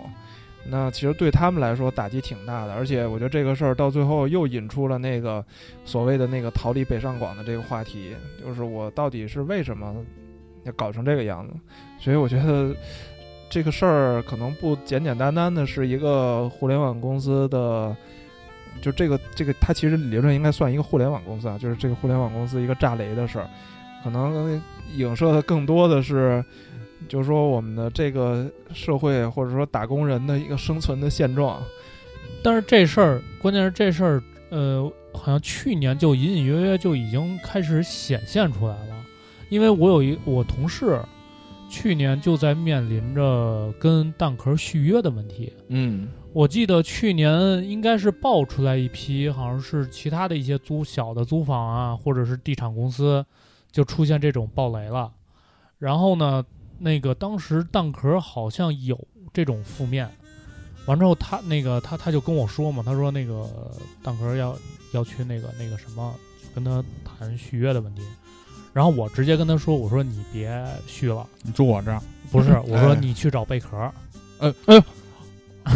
那其实对他们来说打击挺大的，而且我觉得这个事儿到最后又引出了那个所谓的那个逃离北上广的这个话题，就是我到底是为什么要搞成这个样子？所以我觉得这个事儿可能不简简单单的是一个互联网公司的，就这个这个它其实理论应该算一个互联网公司啊，就是这个互联网公司一个炸雷的事儿，可能影射的更多的是。就是说，我们的这个社会，或者说打工人的一个生存的现状，
但是这事儿，关键是这事儿，呃，好像去年就隐隐约约就已经开始显现出来了，因为我有一我同事，去年就在面临着跟蛋壳续约的问题，
嗯，
我记得去年应该是爆出来一批，好像是其他的一些租小的租房啊，或者是地产公司，就出现这种爆雷了。然后呢，那个当时蛋壳好像有这种负面，完之后他那个他他就跟我说嘛，他说那个蛋壳要要去那个那个什么，跟他谈续约的问题。然后我直接跟他说，我说你别续了，
你住我这儿，
不是，我说
哎
你去找贝壳儿，
哎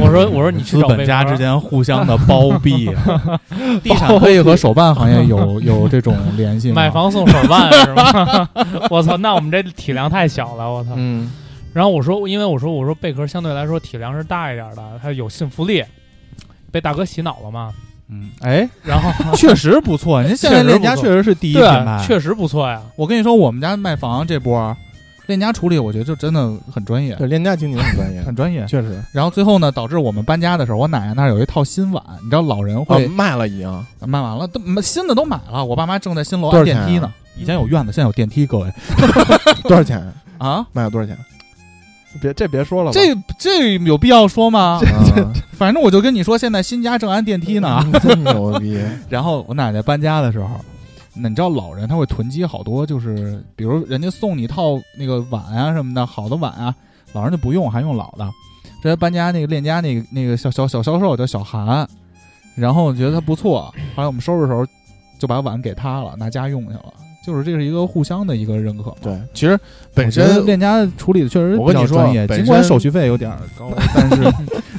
我说我说你去
资
找贝
本
壳
家
儿。
之间互相 的包庇，啊 地产可以和手办行业 有有这种联系吗？
买房送手办是吗？ 我操，那我们这体量太小了，我操。
嗯，
然后我说，因为我说我说贝壳相对来说体量是大一点的，它有信服力，被大哥洗脑了嘛。
嗯，哎，
然后
确实不错，啊您现在链家确实是第一品牌
对，，确实不错呀。
我跟你说，我们家卖房这波，链家处理我觉得就真的很专业，
对，链家经济很 专业，
很专业。
确实，
然后最后呢，导致我们搬家的时候，我奶奶那儿有一套新碗，你知道老人
哦
会，
卖了已经，
卖完了，都新的都买了。我爸妈正在新楼
多
按
少钱
电
啊
梯呢，以前有院子，现在有电梯，各位
多少钱？
啊，
卖了多少钱？
别这别说了吧。
这这有必要说
啊，
吗？反正我就跟你说，现在新家正安电梯呢。
真牛 逼！
然后我奶奶搬家的时候，那你知道老人他会囤积好多，就是比如人家送你一套那个碗啊什么的，好的碗啊，老人就不用，还用老的。这搬家那个链家那个那个小小小销售叫小韩，然后我觉得他不错，后来我们收拾的时候就把碗给他了，拿家用去了，就是这是一个互相的一个认可嘛。
对，其实本
我觉得
身
链家处理的确实
我跟
比较
你说
专业，
本
尽管
身
手续费有点儿高，但是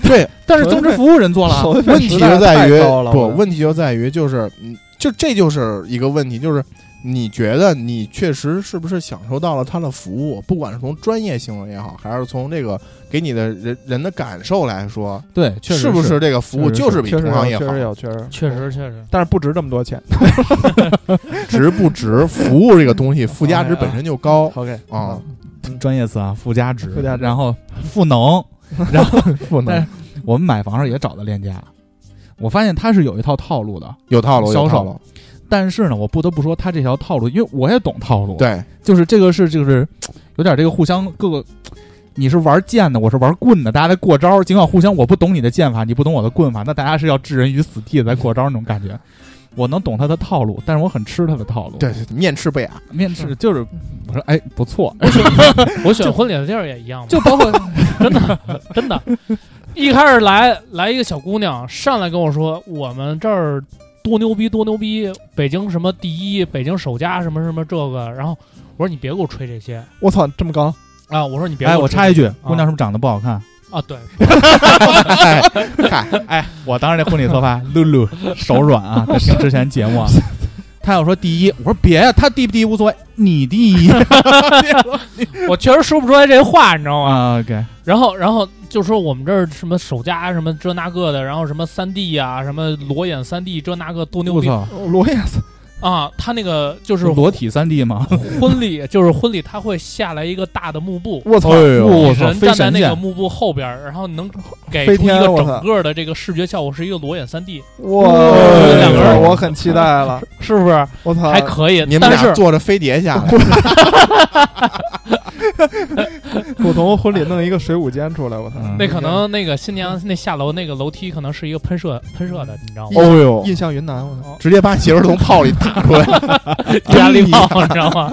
对
但 是增值服务人做了，
手续费
问题
实
就
在
在
太
于
高了
不，
我
问题就在于就是嗯，就这就是一个问题，就是你觉得你确实是不是享受到了他的服务，不管是从专业性也好，还是从这个给你的人人的感受来说，
对，确实
是不是这个服务
确实是
就是比
确实
同行
有，
业
确
好
实？有，确实，
确实确实，
但是不值这么多 钱。
值不值？服务这个东西附加值本身就高
OK 嗯
啊，
专业词啊？附加值，
附加值
然后赋能，然后
不
能我们买房时也找的链家，我发现他是有一套套路的，
有套路，有
销售
套路。
但是呢，我不得不说他这条套路，因为我也懂套路，，
对，
就是这个是就是有点这个互相各个。你是玩剑的，我是玩棍的，大家在过招，尽管互相我不懂你的剑法，你不懂我的棍法，那大家是要置人于死地在过招那种感觉。我能懂他的套路，但是我很吃他的套路。
对，面斥不雅。
面试就是我说哎不错，
我选婚礼的地儿也一样嘛，
就包括
真的真的，一开始来来一个小姑娘，上来跟我说我们这儿多牛逼多牛逼，北京什么第一，北京首家什么什么这个，然后我说你别给我吹这些
我操，这么高！
啊，我说你别给
哎我
吹
插一
这些
句，姑娘是不是长得不好看？
啊，对，
嗨嗨，
哎，我当时那婚礼策划露露手软啊，在听之前节目啊，他要说第一，我说别呀，他第不第一无所谓，你第 一
我确实说不出来这话，你知道吗？
啊，OK，
然后然后就说我们这儿什么首家什么这那个的，然后什么三 D 呀，什么裸眼三 D 这那个多牛
我
逼
操，
罗亚斯，
啊！他那个就是
是裸体三 D 吗？
婚礼， 就是婚礼，他会下来一个大的幕布，
我操！
我操，
人
飞
站在
神
那个
剑，
幕布后边儿，然后能给
飞
出一
天
个
我操
整个的这个视觉效果是一个裸眼三 D，
哇，
两个人
我很期待了。
是不是
我操，
还可以
你？们
但
俩
是
坐着飞碟下来，
普通婚礼弄一个水舞间出来，我操！
嗯
那可能那个新娘那下楼那个楼梯可能是一个喷射喷射的，你知道吗？
哦呦，
印象云南，我操！
直接把媳妇儿从炮里打出来。
压力炮，你知道吗？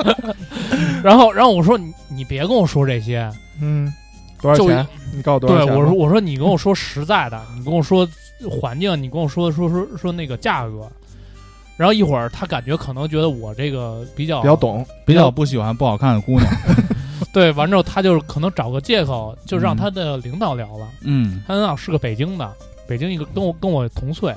然后然后我说你你别跟我说这些，
嗯，多少
就
钱？你告诉我多
对
少钱吧？
我说我说你跟我说实在的，你跟我说环境，你跟我说说说说那个价格。然后一会儿他感觉可能觉得我这个比较
比较懂，
比较不喜欢不好看的姑娘，
对，完之后他就是可能找个借口，就
嗯
让他的领导聊了。
嗯，
他领导是个北京的，北京一个跟我跟我同岁，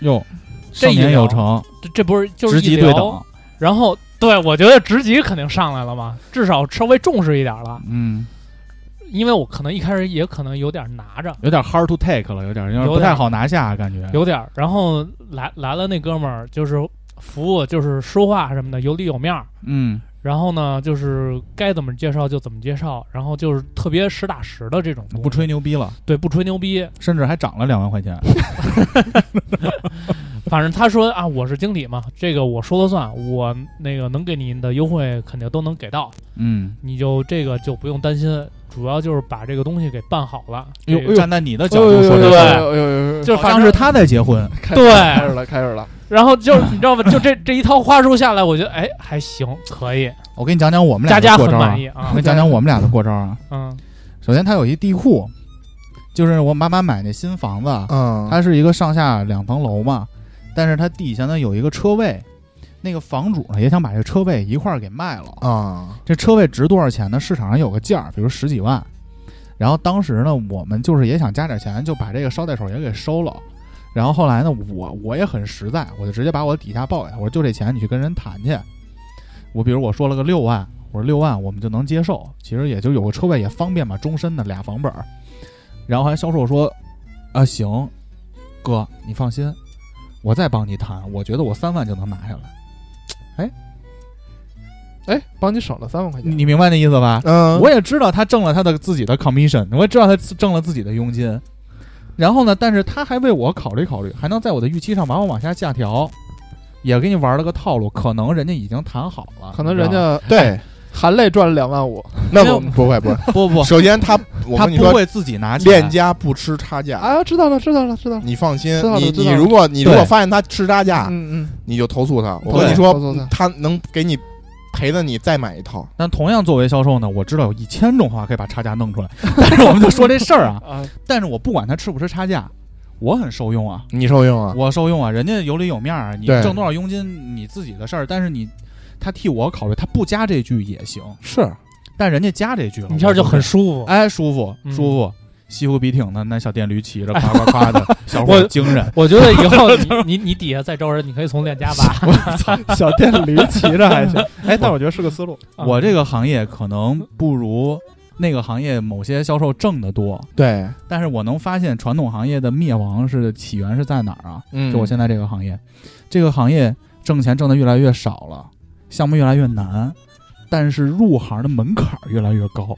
哟，
这
少
一
年
聊
有成，
这这不是就是
职级
一
对
聊
等，啊
然后对我觉得职级肯定上来了嘛，至少稍微重视一点了，
嗯，
因为我可能一开始也可能有点拿着，
有点 hard to take 了，有点有点
有
不
点
太好拿下，感觉
有点儿。然后来来了那哥们儿就是服务，就是说话什么的有理有面儿。
嗯，
然后呢，就是该怎么介绍就怎么介绍，然后就是特别实打实的这种东
啊
西，
不吹嗯牛逼了，
对不吹牛逼，
甚至还涨了两万块钱，
反正他说啊，我是经理嘛，这个我说了算，我那个能给你的优惠肯定都能给到，
嗯，
你就这个就不用担心，主要就是把这个东西给办好了。
哟
这，
站在你的角度说这
对
事儿，
呦呦呦呦，
就
好
反
像
正
是他在结婚，
开
对
开始了，开始了。
然后就是你知道吧，就这 这一套话术下来，我觉得哎还行，可以，
我给你讲讲我们俩
佳
的
佳
过
很
招啊
满意啊
我给，你讲讲我们俩的过招啊。
嗯，
首先，它有一地库，就是我妈妈买那新房子，啊
嗯，
它是一个上下两层楼嘛，但是它底下呢有一个车位，那个房主呢也想把这个车位一块儿给卖了。
啊，
这车位值多少钱呢？市场上有个价儿，比如十几万。然后当时呢，我们就是也想加点钱，就把这个捎带手也给收了。然后后来呢，我我也很实在，我就直接把我底下报给他，我说就这钱你去跟人谈去。我比如我说了个六万，我说六万我们就能接受，其实也就有个车位也方便嘛，终身的俩房本儿。然后还销售说，啊行，哥你放心，我再帮你谈，我觉得我三万就能拿下来。
哎，帮你省了三万块钱。
你明白那意思吧？
嗯，
我也知道他挣了他的自己的 commission，我也知道他挣了自己的佣金。然后呢，但是他还为我考虑考虑，还能在我的预期上把我往下下调，也给你玩了个套路。可能人家已经谈好了，
可能
你知
人
道
家
对，
含泪赚了两万五。
那不不会不会。
不不，
首先他，我
他
跟你
不
说，
会自己拿钱。
链家不吃差价，
啊，知道了，知道了，知道了。
你放心
知道。了
你
知
你
道了
如果你如果
对
发现他吃差价，
嗯
你就投诉他。我
对
跟你
投诉他
说，他能给你赔的，你再买一套。
但同样作为销售呢，我知道有一千种方法可以把差价弄出来， 但是我们就说这事儿啊
嗯。。 啊，
但是我不管他吃不吃差价，我很受用啊。
你受用啊？
我受用啊，人家有理有面儿，你
对
挣多少佣金你自己的事儿，但是你他替我考虑，他不加这句也行，
是
但人家加这句了，
一下就
我
很舒服。
哎舒服
嗯哎
舒服，西湖笔挺的那小电驴骑着，夸夸夸 的，小伙
我，
儿精神
我觉得以后你你你底下再招人，你可以从链家 挖。
我 操！
小电驴骑着还行，哎，但我觉得是个思路。
啊
我这个行业可能不如那个行业某些销售挣得多，
对，
但是我能发现传统行业的灭亡是起源是在哪儿啊？
嗯
就我现在这个行业，这个行业挣钱挣得越来越少了，项目越来越难，但是入行的门槛儿越来越高，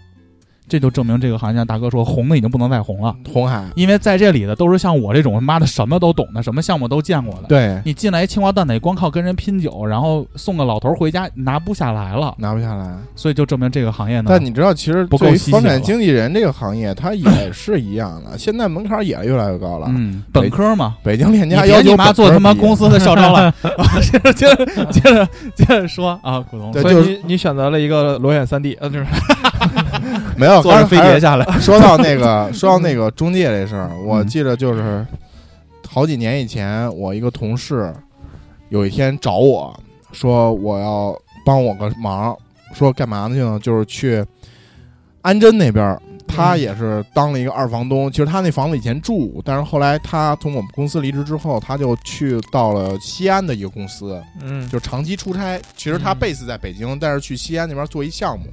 这就证明这个行业像大哥说红的已经不能再红了，
红海，
因为在这里的都是像我这种妈的什么都懂的，什么项目都见过的。，
对，
你进来一清华蛋得光靠跟人拼酒，然后送个老头儿回家拿不下来了，
拿不下来。
所以就证明这个行业呢，
但你知道，其实
嗯不够
对于
吸
房
血
产
了
经纪人这个行业， 它也是一样的，现在门槛也越来越高了。
嗯，本科嘛，
北京链
你
家
别
要
你
求
妈
本
做
科
他妈
毕业
公司的校招 了，接着接着接着接着说啊，古董
对
所
所以
以
就是
你你选择了一个裸眼三 D，呃，就是
没有，
坐着
刚
飞
才还
碟
是
下来，
说到那个，说到那个中介这事儿，我
嗯
记得就是好几年以前，我一个同事有一天找我说我要帮我个忙，说干嘛呢去呢？就是去安贞那边儿，他也是当了一个二房东。其实他那房子以前住，但是后来他从我们公司离职之后，他就去到了西安的一个公司，
嗯，
就长期出差。其实他
嗯
base 在北京，但是去西安那边做一项目，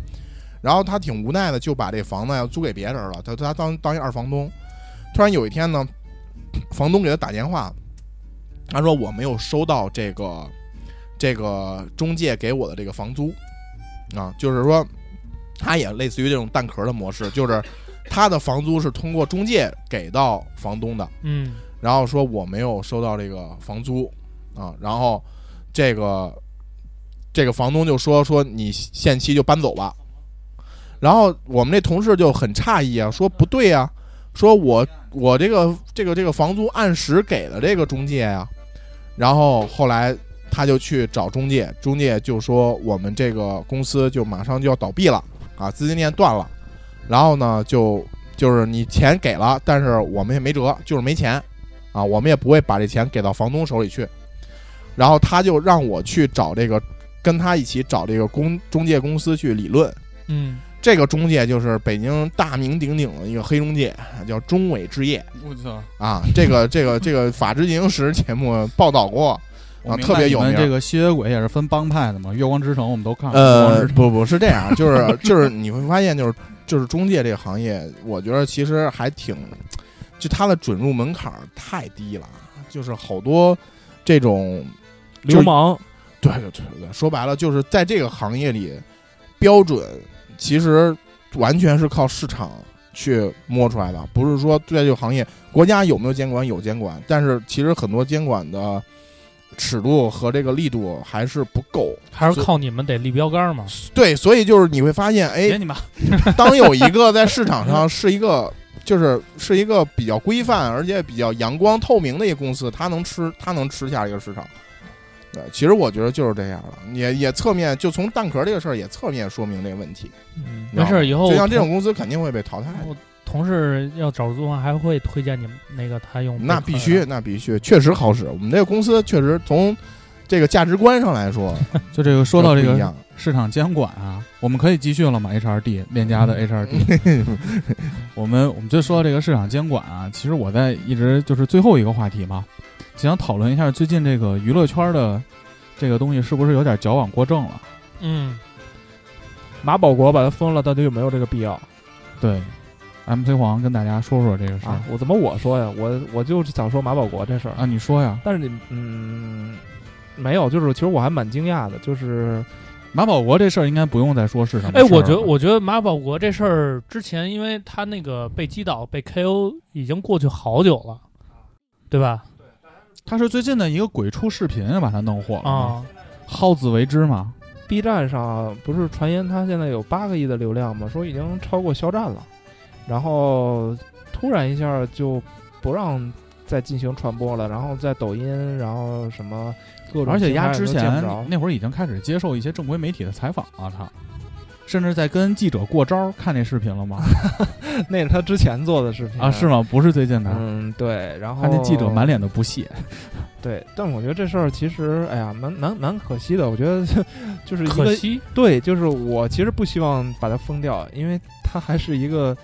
然后他挺无奈的，就把这房子要租给别人了。他他当当一二房东，突然有一天呢，房东给他打电话，他说我没有收到这个这个中介给我的这个房租啊，就是说他也类似于这种蛋壳的模式，就是他的房租是通过中介给到房东的。
嗯，
然后说我没有收到这个房租啊，然后这个这个房东就说说你限期就搬走吧。然后我们这同事就很诧异啊，说不对呀、说我我这个这个这个房租按时给了这个中介呀、然后后来他就去找中介，中介就说我们这个公司就马上就要倒闭了啊，资金链断了。然后呢，就就是你钱给了，但是我们也没辙，就是没钱啊，我们也不会把这钱给到房东手里去。然后他就让我去找这个，跟他一起找这个公中介公司去理论。
嗯，
这个中介就是北京大名鼎鼎的一个黑中介，叫中伟置业
我操，
啊。这个这个这个《法制进行时》节目报道过，
我明白
特别有
你们
名
这个吸血鬼也是分帮派的嘛，月光之城我们都看过，月光
呃
之，城
不不是这样，就是就是你会发现，就是就是中介这个行业，我觉得其实还挺，就它的准入门槛儿太低了，啊就是好多这种就是
流氓，
对对对对，说白了就是在这个行业里，标准其实完全是靠市场去摸出来的，不是说对这个行业国家有没有监管有监管，但是其实很多监管的尺度和这个力度还是不够。
还是
所
靠你们得立标杆嘛。
对，所以就是你会发现，哎
别，你妈，
当有一个在市场上是一个。 就是是一个比较规范，而且比较阳光透明的一个公司，它能吃，它能吃下一个市场。对，其实我觉得就是这样了，也也侧面就从蛋壳这个事儿也侧面说明这个问题。
嗯，
你知
没
道
事
吗
儿，以后
就像这
同
种公司肯定会被淘汰的。
我同事要找租房，还会推荐你们那个他用。
那必须，，那必须，确实好使。我们这个公司确实从这个价值观上来说，
就这个说到这
不一
个
样，
市场监管啊，我们可以继续了嘛？HRD 链家
嗯
的 HRD，我们我们就说到这个市场监管啊，其实我在一直就是最后一个话题嘛，想讨论一下最近这个娱乐圈的这个东西是不是有点矫枉过正了？
嗯，
马保国把他封了，到底有没有这个必要
对，MC 黄跟大家说说这个事儿
啊？我怎么我说呀？我我就是想说马保国这事儿，
啊，你说呀，
但是你嗯，没有，就是其实我还蛮惊讶的，就是
马保国这事儿应该不用再说是什么事
哎，
儿了。
我觉得我觉得马保国这事儿之前，因为他那个被击倒、被 KO 已经过去好久了，对吧？
他是最近的一个鬼畜视频把他弄火了嘛，
啊，
好自为之嘛。
B 站上不是传言他现在有八个亿的流量吗？说已经超过肖战了，然后突然一下就不让再进行传播了，然后在抖音，然后什么各种
而且
平台
丫之
上都见不
前
着
啊那会儿已经开始接受一些正规媒体的采访了，他甚至在跟记者过招儿，看那视频了吗？
那是他之前做的视频
啊，是？吗？不是最近的，
嗯，对。然后
看那记者满脸的不屑，
对，但我觉得这事儿其实，哎呀，蛮蛮蛮可惜的。我觉得 就是一
可
个
惜，
对，就是我其实不希望把它封掉，因为它还是一个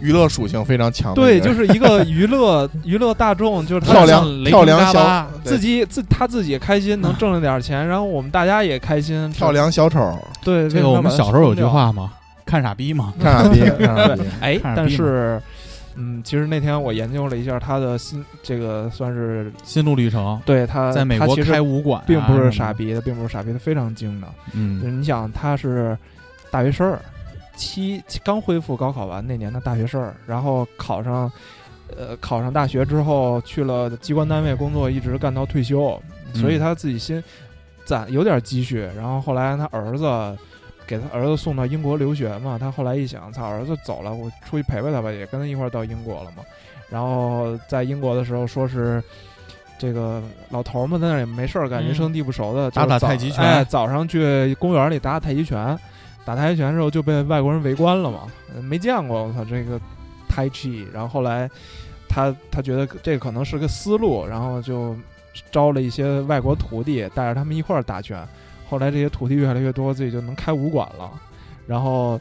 娱乐属性非常强的
对，
一个人。
就是一个娱乐娱乐大众，就是他
漂亮
像雷
漂
霆
亮
嘎
小
巴
对
自己自他自己开心，能挣了点钱，然后我们大家也开心。
跳梁小丑，
对，
这个我们小时候有句，话嘛，看傻逼嘛，
看傻逼，看傻逼
对，哎，
看着
但
逼嘛
是。嗯，其实那天我研究了一下他的新，这个算是
心路历程，
对他，
在美
呃他
国
其实
开武馆啊，
并
什
不
么
是
的
傻，逼的，并不是傻逼的，非常精的。就是
嗯，
你想，他是大学生儿，七刚恢复高考完那年的大学生儿，然后考上，呃，考上大学之后去了机关单位工作，一直干到退休，所以
嗯
他自己心攒有点积蓄，然后后来他儿子。给他儿子送到英国留学嘛，他后来一想，他儿子走了，我出去陪陪他吧，也跟他一块儿到英国了嘛。然后在英国的时候，说是这个老头儿嘛，在那儿也没事儿干，
嗯
人生地不熟的，
打
就是
打
早
太极拳
哎，早上去公园里打打太极拳，打太极拳之后就被外国人围观了嘛，呃没见过，我操这个太极，然后后来他他觉得这可能是个思路，然后就招了一些外国徒弟，带着他们一块儿打拳，后来这些徒弟越来越多，自己就能开武馆了，然后。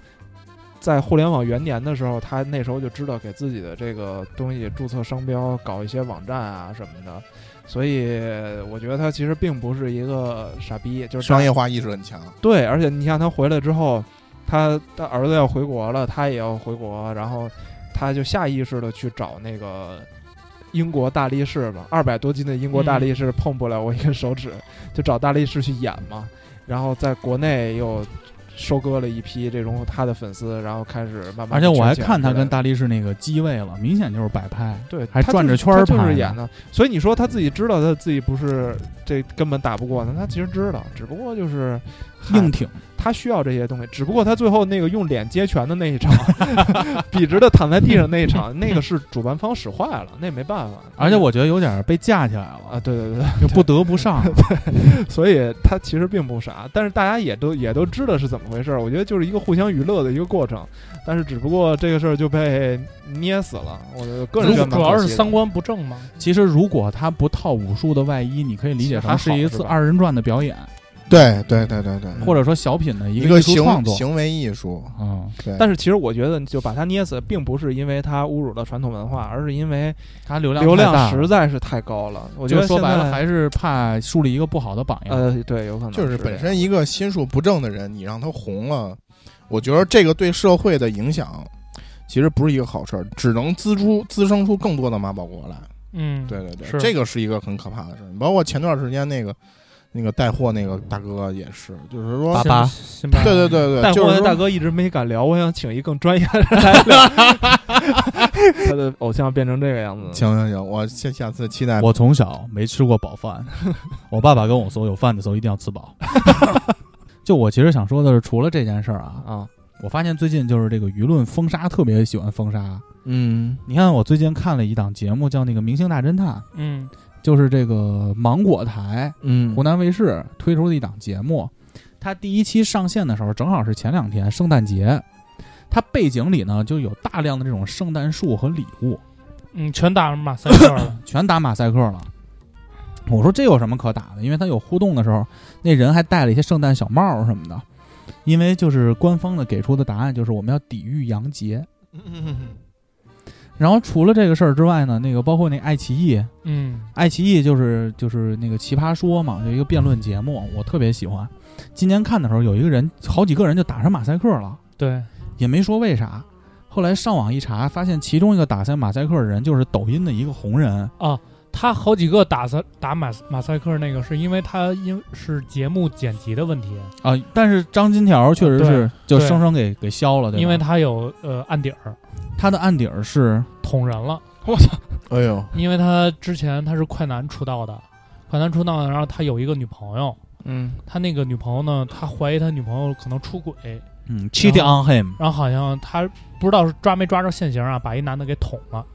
在互联网元年的时候，他那时候就知道给自己的这个东西注册商标，搞一些网站啊什么的，所以我觉得他其实并不是一个傻逼，就是大
商业化意识很强。
对，而且你像他回来之后，他他儿子要回国了，他也要回国，然后他就下意识的去找那个英国大力士嘛，二百多斤的英国
嗯
大力士碰不了我一根手指，就找大力士去演嘛，然后在国内又。收割了一批这种他的粉丝，然后开始慢慢。
而且我还看他跟大力士那个机位了，明显就是摆拍，
对，
还
他
转
就是
着圈儿
他就
拍
是
呢
演的。所以你说他自己知道他自己不是这根本打不过他，他其实知道，只不过就是嗨
硬挺，
他需要这些东西，只不过他最后那个用脸接拳的 那一场，笔直的躺在地上那一场，那个是主办方使坏了，那也没办法。
而且我觉得有点被架起来
啊，
了，
对对 对，
就不得不上，
所以他其实并不傻，但是大家也都也都知道是怎么回事儿。我觉得就是一个互相娱乐的一个过程，但是只不过这个事儿就被捏死了。我个人觉得蛮
主要
可
是
惜的
三观不正嘛。
其实如果他不套武术的外衣，你可以理解成是一次二人转的表演，
对对对对对，
嗯
或者说小品的
一
嗯个艺术
行
创作。
行为艺术，
嗯，
对，
但是其实我觉得，就把他捏死，并不是因为他侮辱了传统文化，而是因为
他流量
流
太大
量
了
实在是太高了。我觉
就
得
说白
现
了
在
还是怕树立一个不好的榜样。
呃，对，有可能
就是
这样
本身一个心术不正的人，你让他红了，我觉得这个对社会的影响其实不是一个好事儿，只能滋出滋生出更多的妈宝国来。
嗯，
对对对，
是
这个是一个很可怕的事儿。包括前段时间那个那个带货那个大哥也是，就是说
爸，
辛，
爸
辛巴
对对对对，
带
呃就
货
是
的大
说
哥一直没敢聊，我想请一更专业的人来聊。他的偶像变成这个样子，
行行行，我下下次期待。
我从小没吃过饱饭， 我爸爸跟我说，有饭的时候一定要吃饱。 就我其实想说的是，除了这件事儿啊，
啊，
我发现最近就是这个舆论封杀，特别喜欢封杀。
嗯
你看，我最近看了一档节目，叫那个《明星大侦探》，
嗯
就是这个芒果台
嗯
湖南卫视推出的一档节目。它第一期上线的时候，正好是前两天圣诞节。它背景里呢，就有大量的这种圣诞树和礼物，。
嗯，全打上马赛克了
全打马赛克了。我说这有什么可打的？因为它有互动的时候，那人还戴了一些圣诞小帽儿什么的。因为就是官方的给出的答案就是我们要抵御洋节。然后除了这个事儿之外呢，那个包括那爱奇艺，
嗯
爱奇艺就是就是那个奇葩说嘛，有一个辩论节目，我特别喜欢。今年看的时候，有一个人好几个人就打上马赛克了，，
对，
也没说为啥。后来上网一查，发现其中一个打上马赛克的人就是抖音的一个红人，
他好几个打赛打马马赛克那个，是因为他因是节目剪辑的问题，
啊，但是张金条确实是就
对
生生给给消了，对吧
因为他有呃案底儿
他的案底儿是
捅人了，
哎呦，
因为他之前他是快男出道的，快男出道的，然后他有一个女朋友，
嗯，
他那个女朋友呢，他怀疑他女朋友可能出轨，
嗯 cheat on him，
然后好像他不知道是抓没抓着现行啊，把一男的给捅了，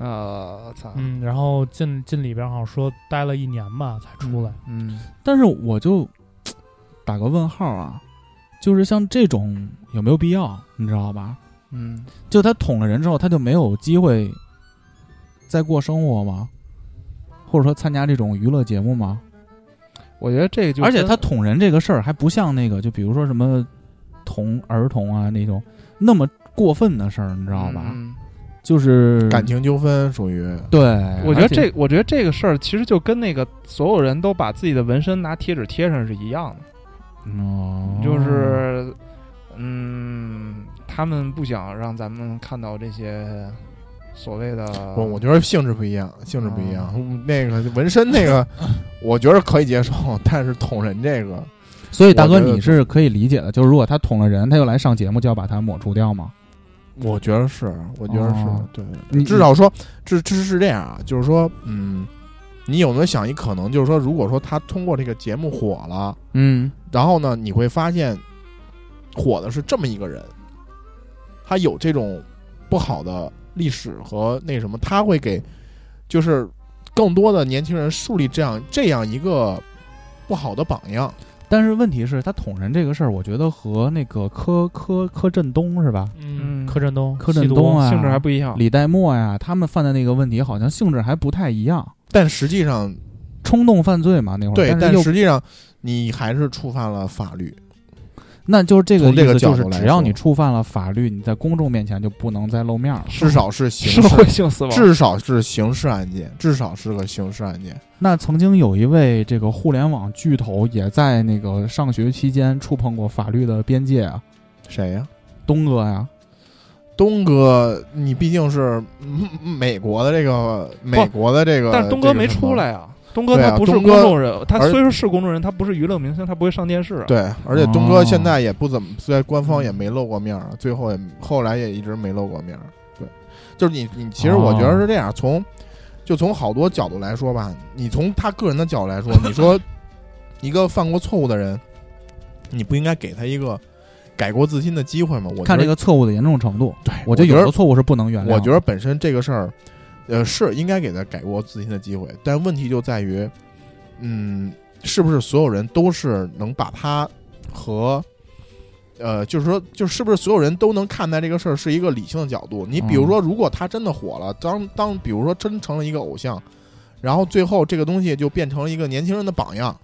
啊，操，
嗯，然后进进里边好像说待了一年吧才出来，
嗯，
但是我就打个问号啊，就是像这种有没有必要，你知道吧？
嗯，
就他捅了人之后，他就没有机会再过生活吗？或者说参加这种娱乐节目吗？
我觉得这个就
而且
跟
他捅人这个事儿还不像那个，就比如说什么捅儿童啊那种那么过分的事儿，你知道吧？
嗯
就是
感情纠纷属于
对，
我觉得
哎而且
这，我觉得这个事儿其实就跟那个所有人都把自己的纹身拿贴纸贴上是一样的，
哦，
就是，嗯，他们不想让咱们看到这些所谓的，
不，我觉得性质不一样，性质不一样。那个纹身那 个，我觉得可以接受， 但是捅人这个，
所以大哥
我觉得
你是可以理解的，就是如果他捅了人，他又来上节目，就要把他抹除掉吗？
我觉得是，我觉得是、
哦
对。
你
至少说，这这是这样啊，就是说，嗯，你有没有想一可能，就是说，如果说他通过这个节目火了，
嗯，
然后呢，你会发现火的是这么一个人，他有这种不好的历史和那什么，他会给就是更多的年轻人树立这样这样一个不好的榜样。
但是问题是，他捅人这个事儿，我觉得和那个柯柯柯震东是吧？
嗯，
嗯
柯震东，
柯
吸
震
毒
东啊，
性质还不一样。
李代沫呀、他们犯的那个问题好像性质还不太一样，
但实际上，
冲动犯罪嘛那会儿，
对，
但
但
又
实际上你还是触犯了法律。
那就是这个
从这个
意思，
角
就
度
是
来
只要
说
你触犯了法律，你在公众面前就不能再露面了。
至少是
社
刑
会
事，
性死 亡，
至少是刑事案件，至少是个刑事案件。
那曾经有一位这个互联网巨头也在那个上学期间触碰过法律的边界啊，
谁呀、
东哥呀，
东哥，你毕竟是嗯美国的这个美国的这个，
但是东哥
这个
没
什么
出。来啊。东哥
对啊
他不是
东
公
哥
众人，他
而
虽说是公众人，他不是娱乐明星，他不会上电视啊。
对，而且东哥
哦
现在也不怎么在官方也没露过面儿，最后也后来也一直没露过面儿。对，就是你你其实我觉得是这
哦
样，从就从好多角度来说吧，你从他个人的角度来说，你说一个犯过错误的人，你不应该给他一个改过自新的机会吗？我觉
看
得
这个错误的严重程度，
对，
我
我
觉得有
得
的错误是不能原谅的。
我觉得本身这个事儿，呃，是应该给他改过自新的机会，但问题就在于，嗯，是不是所有人都是能把他和，呃，就是说，就是不是所有人都能看待这个事儿是一个理性的角度？你比如说，如果他真的火了，当当，比如说真成了一个偶像，然后最后这个东西就变成了一个年轻人的榜样，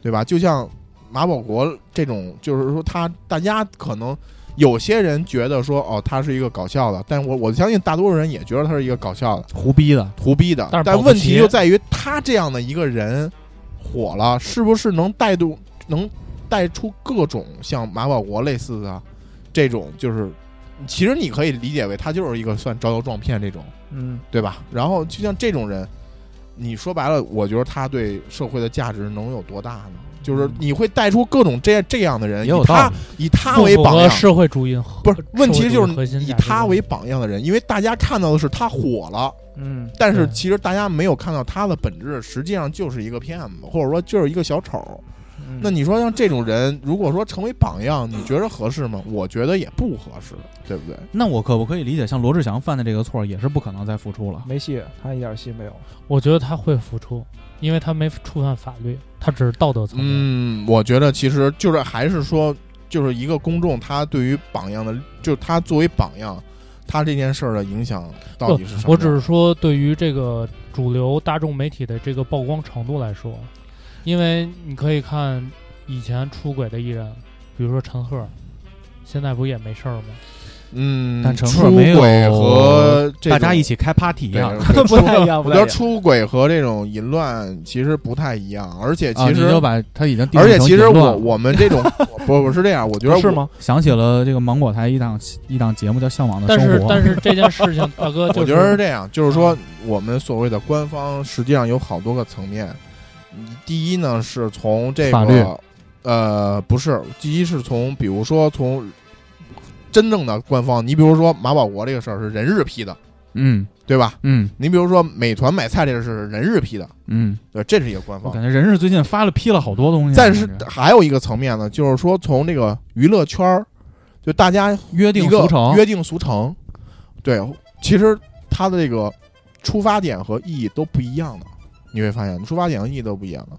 对吧？就像马保国这种，就是说他大家可能有些人觉得说哦，他是一个搞笑的，但我我相信大多数人也觉得他是一个搞笑的、
胡逼的，
胡逼的。
但
但
是保不
问题
齐
就在于他这样的一个人火了，是不是能带动能带出各种像马保国类似的这种，就是其实你可以理解为他就是一个算招摇撞骗这种。
嗯，
对吧？然后就像这种人，你说白了，我觉得他对社会的价值能有多大呢？就是
嗯
你会带出各种这这样的人，
也有
以
道
他
理。
以他
不
为
符
榜
合
样，
社会主义核，
不是问题就
社会主义核
是
心
以
价值
他
观
为榜样的人，因为大家看到的是他火了，
嗯，
但是
对
其实大家没有看到他的本质，实际上就是一个骗子，或者说就是一个小丑。
嗯
那你说像这种人，如果说成为榜样，你觉得合适吗？
嗯
我觉得也不合适，对不对？
那我可不可以理解，像罗志祥犯的这个错儿也是不可能再复出了？
没戏，他一点戏没有。
我觉得他会付出，因为他没触犯法律，他只是道德层面。
嗯，我觉得其实就是还是说，就是一个公众他对于榜样的，就是他作为榜样，他这件事儿的影响到底是什么？
我只是说，对于这个主流大众媒体的这个曝光程度来说，因为你可以看以前出轨的艺人，比如说陈赫，现在不也没事儿吗？
啊嗯，
但陈赫
出
没有
轨和这
大家
种
一起开 party 一
对
样，
对出
不太一样，
我觉得出轨和这种淫乱其实不太一样，而且
啊，
其
你
实，
就把他已经定
而且
成
其实
淫乱
我
了哦
我们这种不不是这样，我觉得
是
我？
吗？
想起了这个芒果台一档一档节目叫《向往的
但
生活
是》，但是这件事 情，大哥，
我
就
觉得是
是
这样，就是说我们所谓的官方实际上有好多个层面。嗯第一呢，是从这个
法律
呃，不是，第一是从比如说从真正的官方，你比如说马保国这个事儿是人日批的，
嗯
对吧？
嗯
你比如说美团买菜这个事儿是人日批的，
嗯，
对，这是一个官
我
方
感。觉人是最近发了批了好多东西啊，
但是
感觉
还有一个层面呢，就是说从这个娱乐圈儿，就大家
约定
一个
俗成，
约定俗成。对，其实它的这个出发点和意义都不一样的，你会发现出发点和意义都不一样的。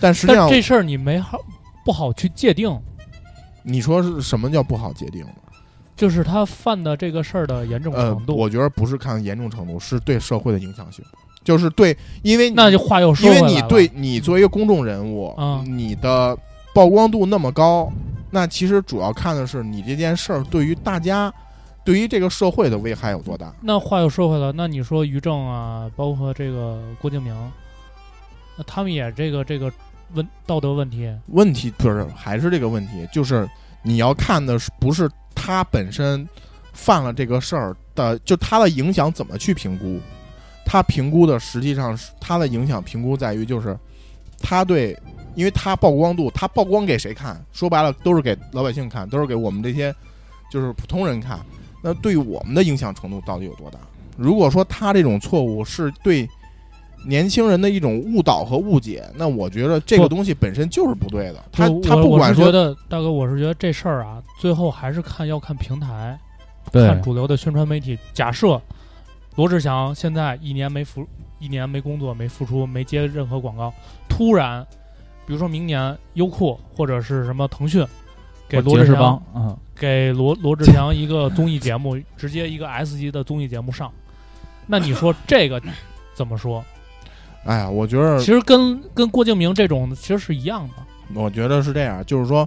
但实际
但
上，
这事儿你没好不好去界定，
你说是什么叫不好界定呢？
就是他犯的这个事儿的严重
呃
程，度。
我觉得不是看严重程度，是对社会的影响性，就是对，因为你
那就话又说
因
回来
为
了，
你对你作为一个公众人物，
嗯
你的曝光度那么高，那其实主要看的是你这件事儿对于大家，对于这个社会的危害有多大。
那话又说回来，那你说于正啊，包括这个郭敬明，那他们也这个这个问道德问题，
问题不是还是这个问题，就是你要看的是不是他本身犯了这个事儿的，就他的影响怎么去评估？他评估的实际上是他的影响评估在于就是他对，因为他曝光度，他曝光给谁看？说白了都是给老百姓看，都是给我们这些就是普通人看。那对我们的影响程度到底有多大？如果说他这种错误是对年轻人的一种误导和误解，那我觉得这个
不
东西本身就是不对的。他
我
他
我
不
我
管
是觉
说
得大哥，我是觉得这事儿啊，最后还是看要看平台，看
对，
主流的宣传媒体。假设罗志祥现在一年没付，一年没工作，没付出，没接任何广告，突然，比如说明年优酷或者是什么腾讯给
我
罗
杰
志
士
祥
邦，嗯，
给罗罗志祥一个综艺节目，直接一个 S 级的综艺节目上，那你说这个怎么说？
哎呀，我觉得
其实跟跟郭敬明这种其实是一样的。
我觉得是这样，就是说，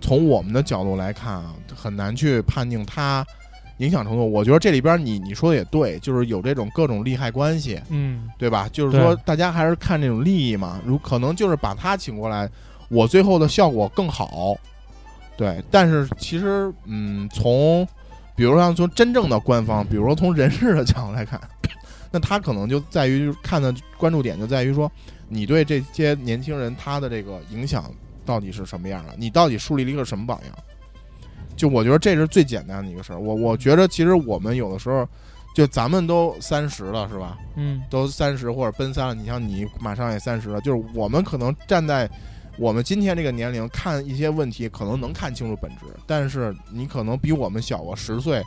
从我们的角度来看啊，很难去判定它影响程度。我觉得这里边你你说的也对，就是有这种各种利害关系，
嗯，
对吧？就是说，
对
大家还是看这种利益嘛，如可能就是把他请过来，我最后的效果更好。对，但是其实，嗯，从比如像从真正的官方，比如说从人事的角度来看， 那他可能就在于看的关注点就在于说，你对这些年轻人他的这个影响到底是什么样的，你到底树立了一个什么榜样？就我觉得这是最简单的一个事儿。我我觉得其实我们有的时候，就咱们都三十了，是吧？
嗯，
都三十或者奔三了，你像你马上也三十了，就是我们可能站在我们今天这个年龄看一些问题，可能能看清楚本质，但是你可能比我们小个十岁，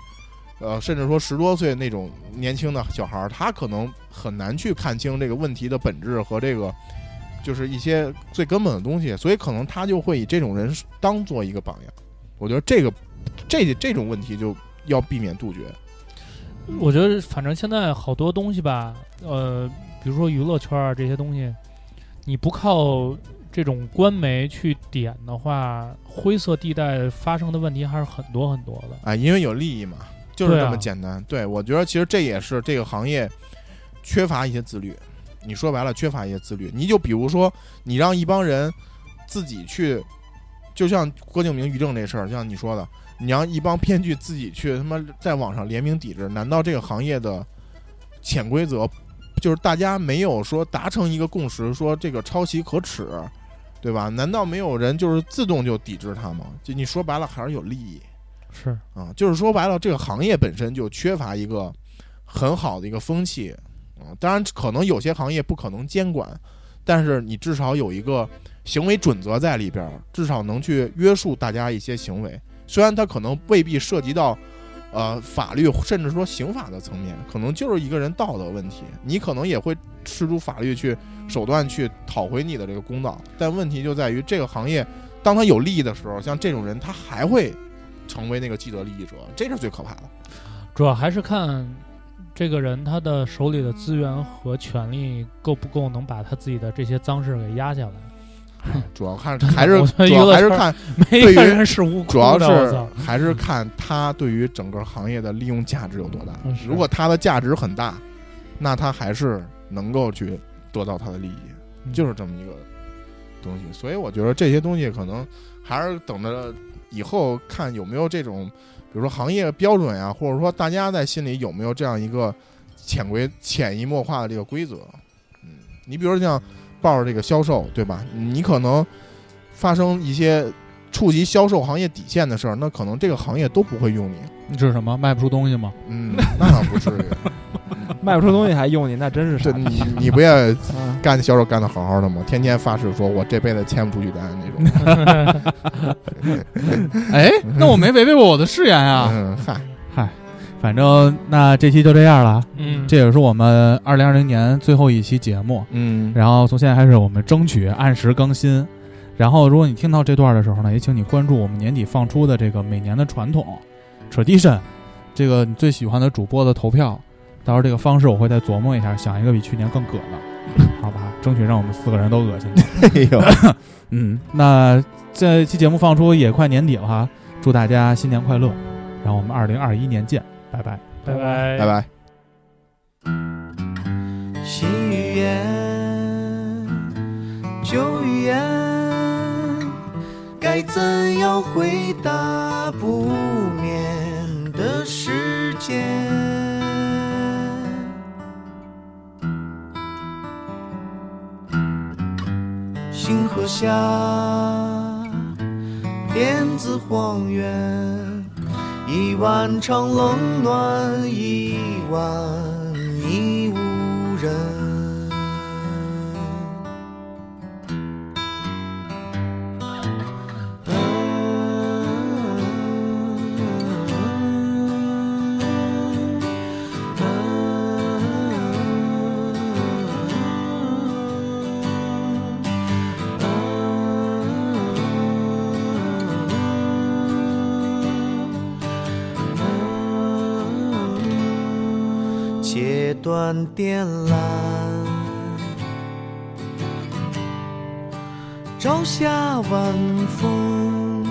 呃，甚至说十多岁那种年轻的小孩儿，他可能很难去看清这个问题的本质和这个就是一些最根本的东西，所以可能他就会以这种人当做一个榜样。我觉得这个这这种问题就要避免杜绝。
我觉得反正现在好多东西吧，呃，比如说娱乐圈啊这些东西，你不靠这种官媒去点的话，灰色地带发生的问题还是很多很多的。
啊，因为有利益嘛，就是
对啊
这么简单。对,、我觉得其实这也是这个行业缺乏一些自律。你说白了，缺乏一些自律。你就比如说，你让一帮人自己去，就像郭敬明、于正这事儿，就像你说的，你让一帮编剧自己去他妈在网上联名抵制，难道这个行业的潜规则就是大家没有说达成一个共识，说这个抄袭可耻，对吧？难道没有人就是自动就抵制它吗？就你说白了，还是有利益。
是，
啊，就是说白了，这个行业本身就缺乏一个很好的一个风气啊。当然，可能有些行业不可能监管，但是你至少有一个行为准则在里边儿，至少能去约束大家一些行为。虽然它可能未必涉及到呃法律甚至说刑法的层面，可能就是一个人道德问题，你可能也会施出法律去手段去讨回你的这个公道。但问题就在于这个行业，当他有利益的时候，像这种人他还会成为那个既得利益者，这是最可 怕的。
主要还是看这个人他的手里的资源和权力够不够能把他自己的这些脏事儿给压下 来。
主要看
真的
还是
我觉得
主
娱
要
乐
还是
圈
看，
没
对于
一个人是无辜
主要
的，我操
是还是看他对于整个行业的利用价值有多大
嗯是。
如果他的价值很大，那他还是能够去得到他的利益，
嗯
就是这么一个东西。所以我觉得这些东西可能还是等着以后看有没有这种，比如说行业标准呀，或者说大家在心里有没有这样一个潜规潜移默化的这个规则。嗯，你比如像抱着这个销售，对吧？你可能发生一些触及销售行业底线的事儿，那可能这个行业都不会用你。
你这是什么卖不出东西吗？
嗯，那倒不至于。
卖不出东西还用你，那真是傻
这
逼。
你你不也
嗯
干销售干得好好的吗？天天发誓说我这辈子签不出去单那种。
哎， 那我没违背过我的誓言啊！
嗯，嗨，
嗨，反正那这期就这样了，啊
嗯，
这也是我们二零二零年最后一期节目。
嗯，
然后从现在开始，我们争取按时更新，然后，如果你听到这段的时候呢，也请你关注我们年底放出的这个每年的传统 tradition，这个你最喜欢的主播的投票。到时候这个方式我会再琢磨一下，想一个比去年更葛 的，好吧？争取让我们四个人都恶心。
哎 呦，
嗯，那这期节目放出也快年底了哈，祝大家新年快乐，然后我们二零二一年见，拜拜。
拜拜
拜拜。
新语言，旧语言，该怎样回答不眠的时间？星河下，电子荒原。一碗长冷暖，一碗已无人。啊啊切断电缆，朝下晚风，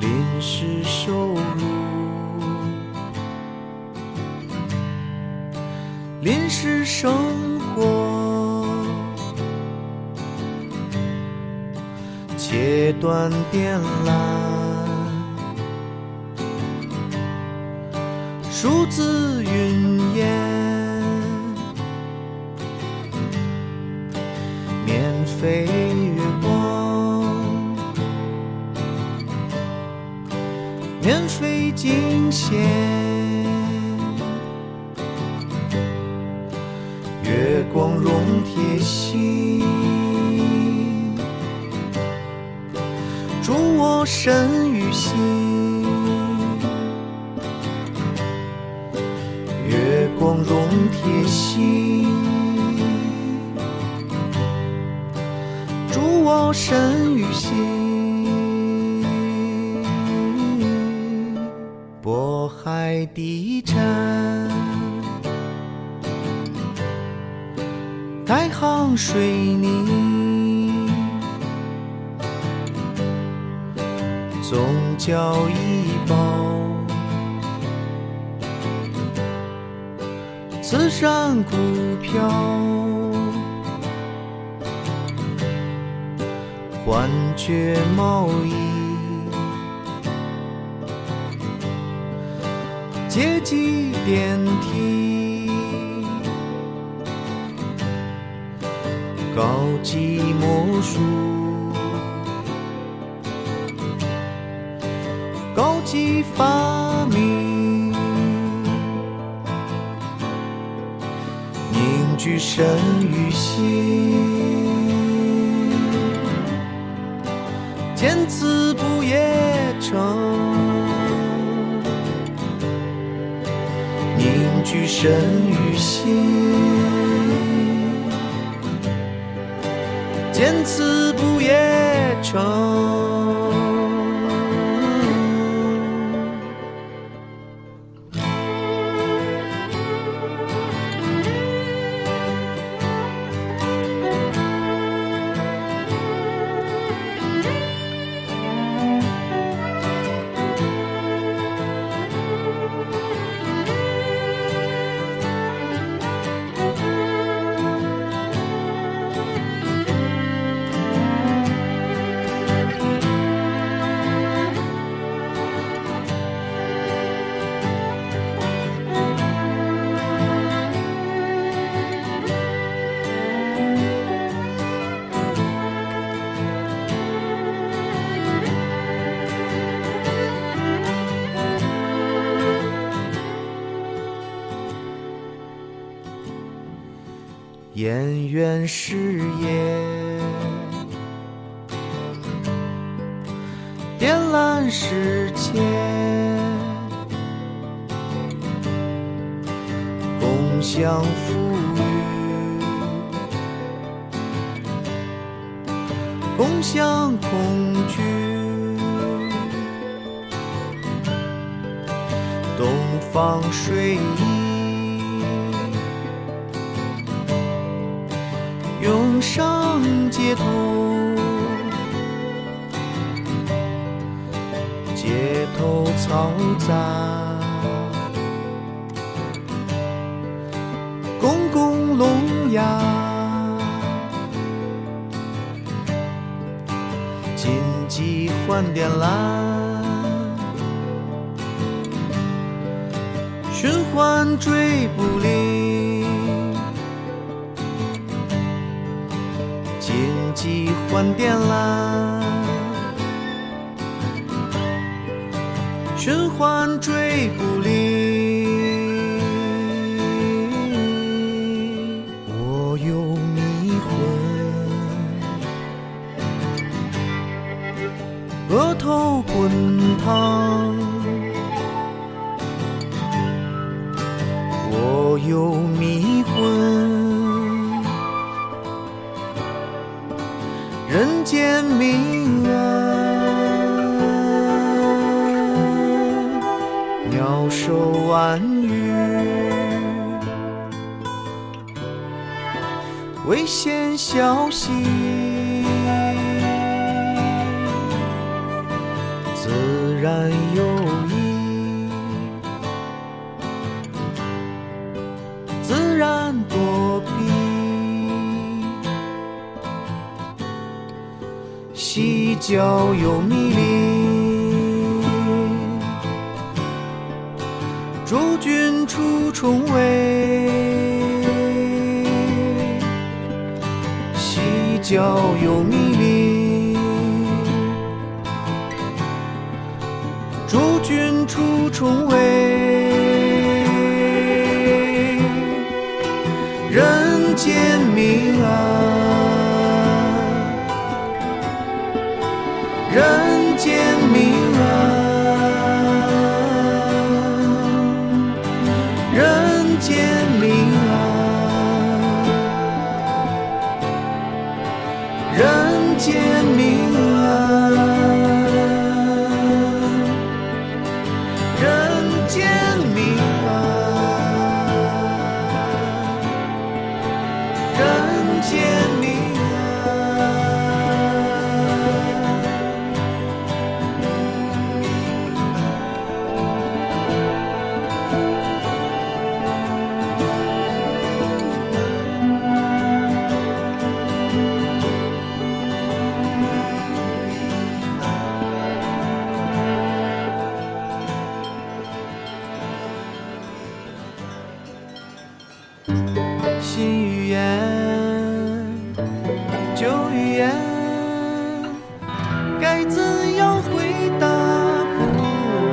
淋湿收入，淋湿生活，切断电缆。数字云烟，免费月光，免费惊险，月光融铁心，助我身与心。月光融铁心，助我身与心。渤海地产，台航水泥，宗教医保。慈善股票，幻觉贸易，阶级电梯，高级魔术，高级发明。凝聚神与心，见此不夜城。凝聚神与心，见此不夜城。演员事业，电缆世界，共享富裕，共享恐惧。东方睡衣，涌上街头，街头嘈杂，公共聋哑。紧急换电缆，循环追不离。紧急换电缆，循环追不离。我有迷魂。额头滚烫。我又迷魂，人间明暗，鸟兽暗语，危险消息。自然有意，自然躲避，犀角有迷离，诸君出重围，犀角有迷离。诸君出重围，人间明暗，人间明啊暗，人间明啊暗，人间明啊暗。人间明啊暗，人间明暗。新语言，旧语言，该怎样回答不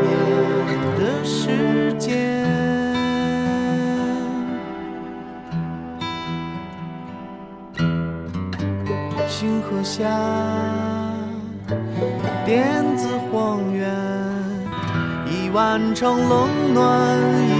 变的时间？星河下，电子荒原，已完成冷暖。